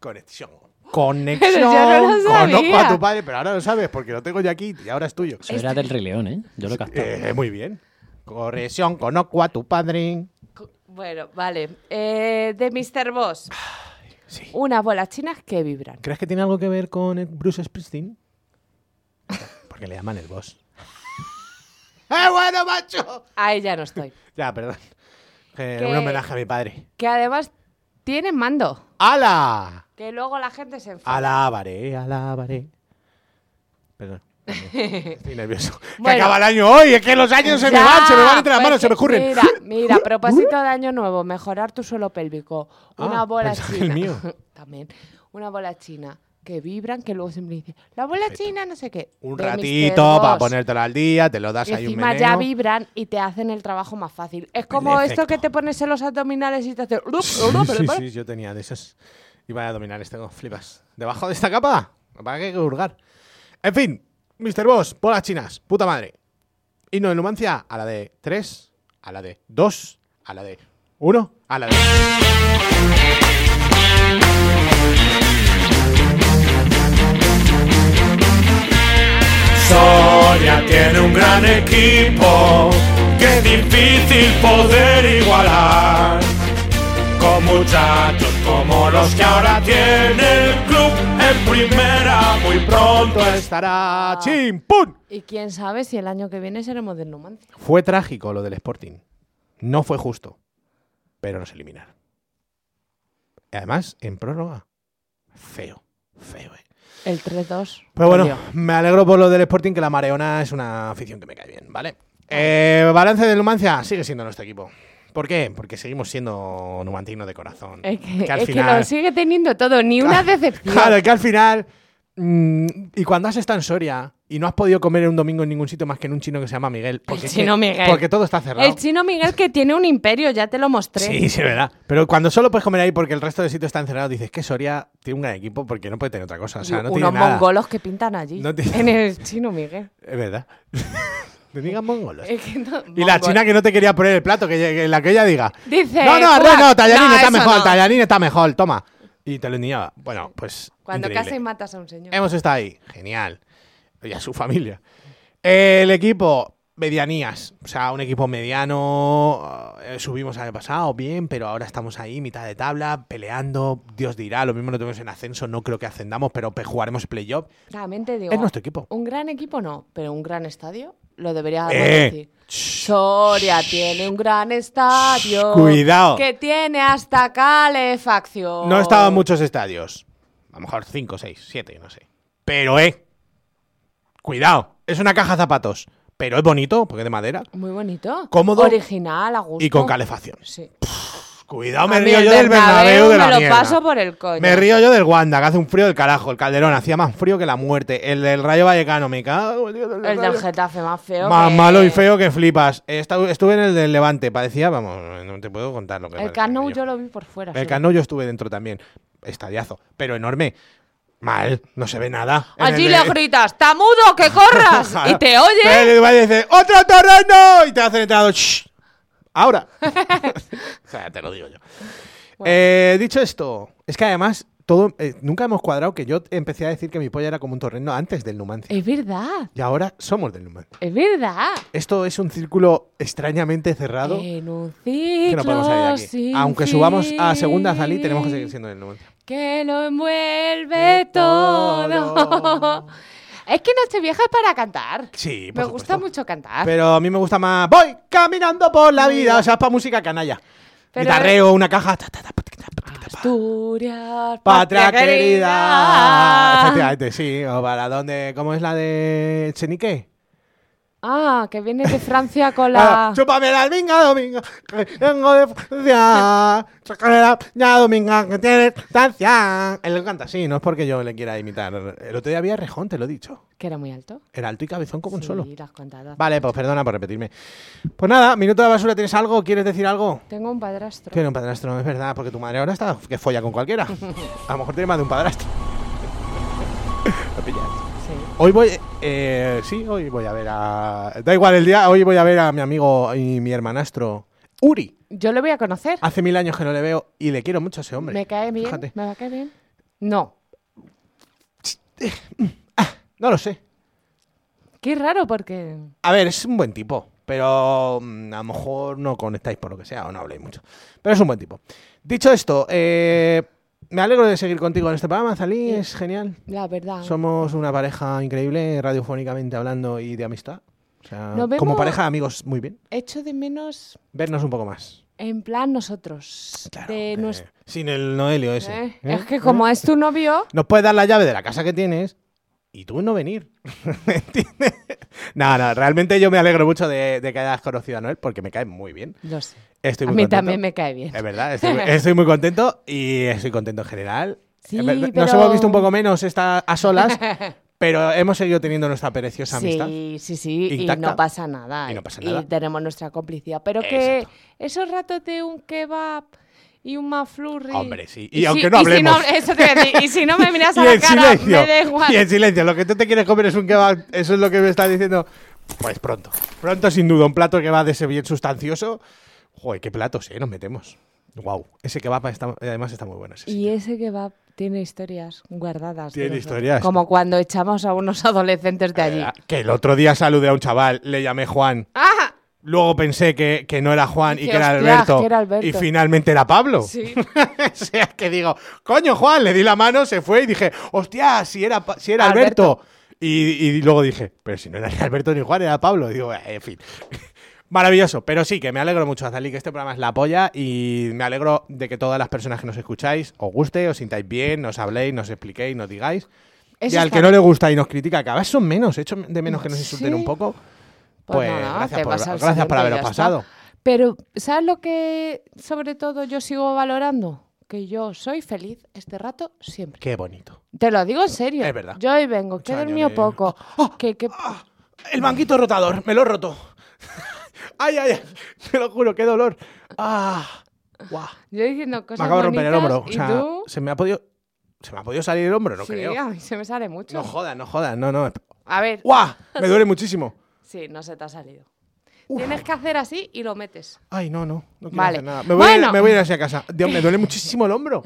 S3: Conexión.
S4: Pero
S3: Conexión.
S4: yo no lo
S3: Conozco
S4: sabía.
S3: a tu padre, pero ahora lo sabes porque lo tengo yo aquí y ahora es tuyo.
S5: Eso era del Rey León, ¿eh? Yo lo he captado.
S3: Eh, muy bien. Corrección, conozco a tu padre.
S4: Co- Bueno, vale. Eh, de Mr. Boss.
S3: sí.
S4: Unas bolas chinas que vibran.
S3: ¿Crees que tiene algo que ver con el Bruce Springsteen? Porque le llaman el boss. ¡Eh, bueno, macho!
S4: Ahí ya no estoy.
S3: Ya, perdón. Eh,
S4: Que-
S3: Un homenaje a mi padre.
S4: Que además tienen mando.
S3: ¡Hala!
S4: Que luego la gente se
S3: Ah,
S4: enfada.
S3: Alabaré, alabaré. Perdón. también. Estoy nervioso.
S4: Bueno.
S3: Que acaba el año hoy. Es que los años se me van, se me van entre las
S4: pues
S3: manos, se me ocurren.
S4: Mira, mira, propósito de año nuevo, mejorar tu suelo pélvico. Una
S3: Ah,
S4: bola
S3: pensaba
S4: china.
S3: el mío.
S4: También. Una bola china que vibran, que luego siempre dicen, la bola china, no sé qué.
S3: Un
S4: de
S3: ratito
S4: Mr.
S3: para
S4: Boss.
S3: ponértelo al día, te lo das
S4: Y
S3: ahí un
S4: encima
S3: meneo.
S4: ya vibran y te hacen el trabajo más fácil. Es como esto
S3: Perfecto.
S4: que te pones en los abdominales y te hace.
S3: sí, sí, yo tenía de esas. Y vaya dominares, tengo oh, flipas. ¿Debajo de esta capa? ¿Para qué hay que hurgar? En fin, Mr. Boss, por las chinas, puta madre. Y no en Numancia, a la de 3, a la de 2, a la de 1, a la de.
S9: Soria tiene un gran equipo que es difícil poder igualar. Con muchachos como los que ahora tiene el club en primera, muy pronto está.
S3: Estará chimpún.
S4: Y quién sabe si el año que viene seremos de Numancia.
S3: Fue trágico lo del Sporting. No fue justo. Pero nos eliminaron. Y además, en prórroga. Feo. Feo, eh.
S4: El 3-2.
S3: Pero Pues bueno,
S4: perdió.
S3: me alegro por lo del Sporting, que la Mareona es una afición que me cae bien, ¿vale? Eh, balance de Numancia sigue siendo nuestro equipo. ¿Por qué? Porque seguimos siendo numantinos de corazón.
S4: Es que,
S3: Que al
S4: es que
S3: final-
S4: lo sigue teniendo todo, ni una decepción.
S3: Claro, que al final. mm, y cuando has estado en Soria y no has podido comer en un domingo en ningún sitio más que en un chino que se llama Miguel. Porque es que-
S4: chino Miguel.
S3: Porque todo está cerrado.
S4: El chino Miguel que tiene un imperio, ya te lo mostré.
S3: Sí, sí, verdad. Pero cuando solo puedes comer ahí porque el resto del sitio está encerrado, dices que Soria tiene un gran equipo porque no puede tener otra cosa. O sea,
S4: Y
S3: no
S4: unos
S3: tiene nada.
S4: mongolos que pintan allí.
S3: No tiene-
S4: En el chino Miguel.
S3: Es verdad. No digas mongolos.
S4: Es que no-
S3: Y la
S4: mongol.
S3: china que no te quería poner el plato, que, que la que ella diga.
S4: Dice,
S3: no, no,
S4: "Juan,
S3: no, no, Tallarín
S4: no,
S3: está
S4: eso
S3: mejor,
S4: no".
S3: Tallarín está mejor, toma. Y te lo enseñaba. Bueno, pues.
S4: Cuando
S3: increíble.
S4: casas y matas a un señor.
S3: Hemos estado ahí, genial. Y a su familia. El equipo, medianías. O sea, un equipo mediano. eh, Subimos año pasado, bien, pero ahora estamos ahí, mitad de tabla, peleando. Dios dirá, lo mismo no tenemos en ascenso, no creo que ascendamos, pero pe- jugaremos playoff.
S4: También te digo.
S3: Es nuestro equipo.
S4: Un gran equipo no, pero un gran estadio lo debería
S3: Eh.
S4: decir. Soria tiene un gran estadio.
S3: Cuidado.
S4: Que tiene hasta calefacción.
S3: No he estado en muchos estadios. A lo mejor 5, 6, 7, no sé. Pero, eh. Cuidado. Es una caja de zapatos. Pero es bonito, porque es de madera.
S4: Muy bonito.
S3: Cómodo.
S4: Original, a gusto.
S3: Y con calefacción.
S4: Sí.
S3: Cuidado,
S4: A
S3: me
S4: mí
S3: río
S4: el
S3: yo del Bernabéu
S4: Bernabéu
S3: de la
S4: me lo
S3: mierda.
S4: paso por el coño.
S3: Me río yo del Wanda, que hace un frío del carajo. El Calderón hacía más frío que la muerte. El del Rayo Vallecano, me cago. en Dios, del
S4: El del
S3: Rayo.
S4: Getafe más feo.
S3: Más
S4: que-
S3: malo y feo que flipas. He estado- Estuve en el del Levante, parecía, vamos, no te puedo contar lo que
S4: El
S3: parecía
S4: Cano
S3: aquello.
S4: yo lo vi por fuera.
S3: El
S4: solo.
S3: Cano yo estuve dentro también. Estadiazo, pero enorme. Mal, no se ve nada. En
S4: Allí
S3: el-
S4: le gritas, ¡está mudo, que corras! y te
S3: Pero
S4: oye.
S3: el Valle dice, ¡otro torreno! Y te hacen entrado, ¡shh! Ahora. o sea, te lo digo yo. Eh, dicho esto, es que además, todo, eh, nunca hemos cuadrado que yo empecé a decir que mi polla era como un torreno antes del Numancia.
S4: Es verdad,
S3: Y ahora somos del Numancia.
S4: es verdad.
S3: Esto es un círculo extrañamente cerrado.
S4: En un
S3: Que no podemos salir de
S4: ciclo
S3: aquí.
S4: sin
S3: Aunque subamos a segunda
S4: fin,
S3: Zalí, tenemos que seguir siendo del Numancia.
S4: Que lo envuelve todo.
S3: todo.
S4: es que Nochevieja es para cantar.
S3: Sí, por
S4: Me gusta
S3: supuesto.
S4: mucho cantar.
S3: Pero a mí me gusta más. Voy caminando por la vida. O sea, es para música canalla.
S4: Pero- eh,
S3: Guitarreo, una caja. ta, ta, ta, pa,
S4: Asturias,
S3: Patria querida.
S4: querida.
S3: Efectivamente, sí. O para dónde. ¿Cómo es la de Chenique?
S4: Ah, que viene de Francia con
S3: Ah,
S4: la.
S3: Chúpame la dominga, dominga. que Vengo de Francia. Chúpame la dominga, dominga que tiene Francia. Él lo canta así, no es porque yo le quiera imitar. El otro día había Rejón, te lo he dicho.
S4: Que era muy alto.
S3: Era alto y cabezón como un solo.
S4: Sí, lo has contado.
S3: Vale, pues perdona por repetirme. Pues nada, minuto de basura, ¿tienes algo? ¿Quieres decir algo?
S4: Tengo un padrastro.
S3: Tiene un padrastro, es verdad, porque tu madre ahora está que folla con cualquiera. A lo mejor tiene más de un padrastro. Lo pillas.
S4: Sí.
S3: Hoy voy, eh, sí, hoy voy a ver a... Da igual el día, hoy voy a ver a mi amigo y mi hermanastro Uri.
S4: Yo le voy a conocer.
S3: Hace mil años que no le veo y le quiero mucho a ese Ah, hombre.
S4: me cae bien.
S3: Fíjate.
S4: Me va a caer bien. No.
S3: No lo sé.
S4: Qué raro porque...
S3: A ver, es un buen tipo, pero mm, a lo mejor no conectáis por lo que sea o no habléis mucho. Pero es un buen tipo. Dicho esto, eh, me alegro de seguir contigo en este programa, Zalí, es genial.
S4: La verdad.
S3: Somos una pareja increíble, radiofónicamente hablando y de amistad. O sea,
S4: Nos vemos-
S3: como pareja de amigos, muy bien.
S4: Echo de menos
S3: Vernos un poco más.
S4: en plan nosotros. de nues-
S3: Sin el Noelio ese.
S4: Eh,
S3: ¿eh?
S4: Es que como
S3: ¿Eh?
S4: es tu novio...
S3: Nos puedes dar la llave de la casa que tienes y tú no venir. ¿Entiendes? No, no, realmente yo me alegro mucho de, de que hayas conocido a Noel porque me cae muy bien.
S4: Lo sé.
S3: Estoy
S4: A
S3: muy
S4: mí
S3: contento.
S4: también me cae bien.
S3: Es verdad, estoy, estoy muy contento y estoy contento en general.
S4: Sí,
S3: Es verdad, Nos
S4: pero-
S3: hemos visto un poco menos esta, a solas, pero hemos seguido teniendo nuestra preciosa amistad.
S4: Sí, sí, sí, y
S3: Intacta.
S4: no pasa nada.
S3: Y no pasa nada.
S4: Y tenemos nuestra complicidad. Pero que esos ratos de un kebab y un maflurri...
S3: Hombre, sí. Y,
S4: si-
S3: aunque no
S4: y si
S3: hablemos.
S4: eso te iba a decir, Y si no me miras a
S3: Y
S4: la
S3: en
S4: cara,
S3: silencio,
S4: me da igual.
S3: Y en silencio, lo que tú te quieres comer es un kebab, eso es lo que me estás diciendo. Pues pronto, pronto sin duda, un plato que va de ese bien sustancioso. Joder, qué platos, eh, nos metemos. Wow, ese kebab está, además está muy bueno. ese.
S4: Y ese kebab tiene historias guardadas. de
S3: Tiene
S4: nosotros.
S3: historias. Eh,
S4: Como cuando echamos a unos adolescentes de allí.
S3: Ah, Que el otro día saludé a un chaval, le llamé Juan.
S4: ¡Ah!
S3: Luego pensé que, que no era Juan y,
S4: Y
S3: que,
S4: que,
S3: era
S4: hostia,
S3: Alberto,
S4: que era Alberto.
S3: Y finalmente era Pablo.
S4: Sí.
S3: o sea que digo, coño, Juan, le di la mano, se fue y dije, hostia, si era, pa- si era Alberto.
S4: Alberto.
S3: Y, y luego dije, pero si no era ni Alberto ni Juan, era Pablo. Digo, "Eh, en fin. Maravilloso, pero sí, que me alegro mucho, Azalí, que este programa es la polla y me alegro de que todas las personas que nos escucháis os guste, os sintáis bien, nos habléis, nos expliquéis, nos digáis.
S4: Eso
S3: y al
S4: está
S3: que no
S4: bien.
S3: le gusta y nos critica, cada vez son menos, hecho de menos que nos insulten
S4: Sí.
S3: un poco. Pues,
S4: Pues nada,
S3: gracias,
S4: te
S3: por,
S4: vas
S3: gracias
S4: al
S3: por
S4: siguiente y
S3: haberos
S4: ya
S3: pasado.
S4: está. Pero, ¿sabes lo que sobre todo yo sigo valorando? Que yo soy feliz este rato siempre.
S3: Qué bonito.
S4: Te lo digo en serio.
S3: Es verdad.
S4: Yo hoy vengo, que he
S3: años
S4: dormido
S3: de- ¡Oh! ¡Ah!
S4: poco. que, que-
S3: El banquito rotador, me lo he roto. ay, ay, ay, te lo juro, qué dolor. Ah, guau.
S4: Yo diciendo
S3: Me
S4: cosas
S3: acabo de romper el
S4: bonitas,
S3: hombro. O
S4: ¿y
S3: sea,
S4: tú?
S3: se me ha podido. Se me ha podido salir el hombro, no
S4: sí,
S3: creo.
S4: a mí se me sale mucho.
S3: No jodas, no jodas, no, no.
S4: a ver,
S3: ¡Guau! Me duele muchísimo.
S4: sí, no se te ha salido. Tienes que hacer así y lo metes.
S3: Ay, no, no, no quiero
S4: Vale.
S3: hacer nada. Me voy, a ir-
S4: Bueno.
S3: me voy a ir hacia casa. Dios, me duele muchísimo el hombro.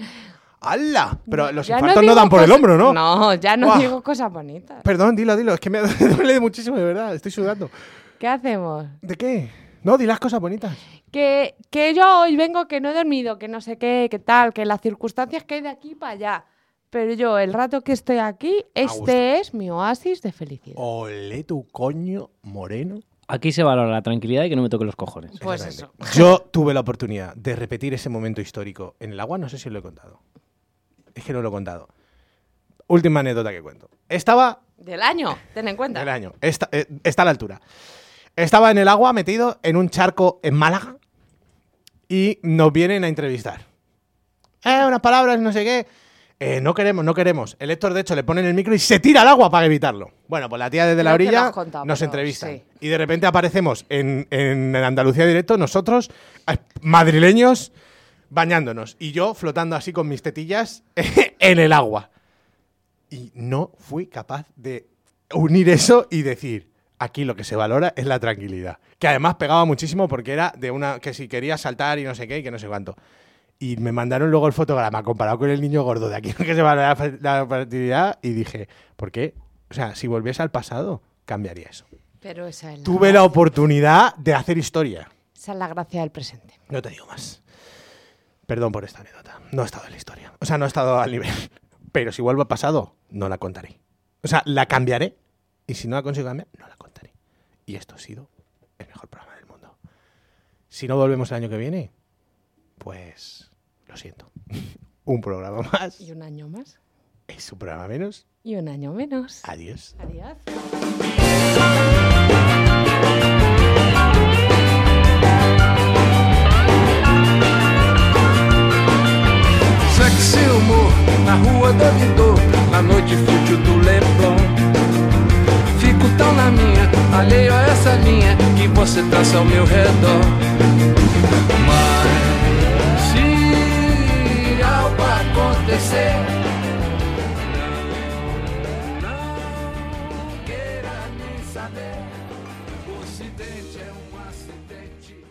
S3: ¡Hala! Pero los
S4: Ya
S3: infartos no,
S4: digo
S3: dan por el
S4: cosas-
S3: hombro, ¿no?
S4: No, ya no
S3: Guau.
S4: digo cosas bonitas.
S3: Perdón, dilo, dilo. Es que me duele muchísimo, de verdad. Estoy sudando.
S4: ¿Qué hacemos?
S3: ¿De qué? No, di las cosas bonitas.
S4: que, que yo hoy vengo, que no he dormido, que no sé qué, que tal, que las circunstancias que hay de aquí para allá. Pero yo, el rato que estoy aquí,
S3: gusto. Oh.
S4: este es mi oasis de felicidad.
S3: Ole tu coño moreno.
S5: Aquí se valora la tranquilidad y que no me toque los cojones.
S4: pues eso.
S3: Exactamente. Yo tuve la oportunidad de repetir ese momento histórico en el agua, no sé si lo he contado. Es que no lo he contado. Última anécdota que cuento. Estaba
S4: Del año, ten en cuenta.
S3: el año, esta- eh, está a la altura. Estaba en el agua metido en un charco en Málaga y nos vienen a entrevistar. Eh, unas palabras, no sé qué. Eh, no queremos, no queremos. El Héctor, de hecho, le ponen el micro y se tira al agua para evitarlo. Bueno, pues la tía desde la
S4: Creo que lo
S3: orilla
S4: has contado,
S3: nos
S4: pero
S3: entrevista.
S4: sí.
S3: Y de repente aparecemos en, en Andalucía Directo, nosotros, eh, madrileños, bañándonos. Y yo flotando así con mis tetillas en el agua. Y no fui capaz de unir eso y decir, aquí lo que se valora es la tranquilidad. Que además pegaba muchísimo porque era de una que si quería saltar y no sé qué y que no sé cuánto. Y me mandaron luego el fotograma comparado con el niño gordo de aquí que se valora la fa- la fertilidad y dije, ¿por qué? O sea, si volviese al pasado, cambiaría eso.
S4: Pero esa es, la,
S3: Tuve la oportunidad de hacer historia.
S4: esa es la gracia del presente.
S3: No te digo más. Perdón por esta anécdota. No he estado en la historia. O sea, no he estado al nivel. Pero si vuelvo al pasado, no la contaré. O sea, la cambiaré. Y si no la consigo cambiar, no la contaré. Y esto ha sido el mejor programa del mundo. Si no volvemos el año que viene, pues lo siento. Un programa más
S4: Y un año más.
S3: es un programa menos.
S4: Y un año menos.
S3: Adiós.
S4: Adiós.
S8: Sexy humor na rua do Vitor, na noite fútil do Leblon. Fico tão na minha, alheio a essa linha que você traça ao meu redor. Mas se algo acontecer. não queira nem saber. O acidente é um acidente.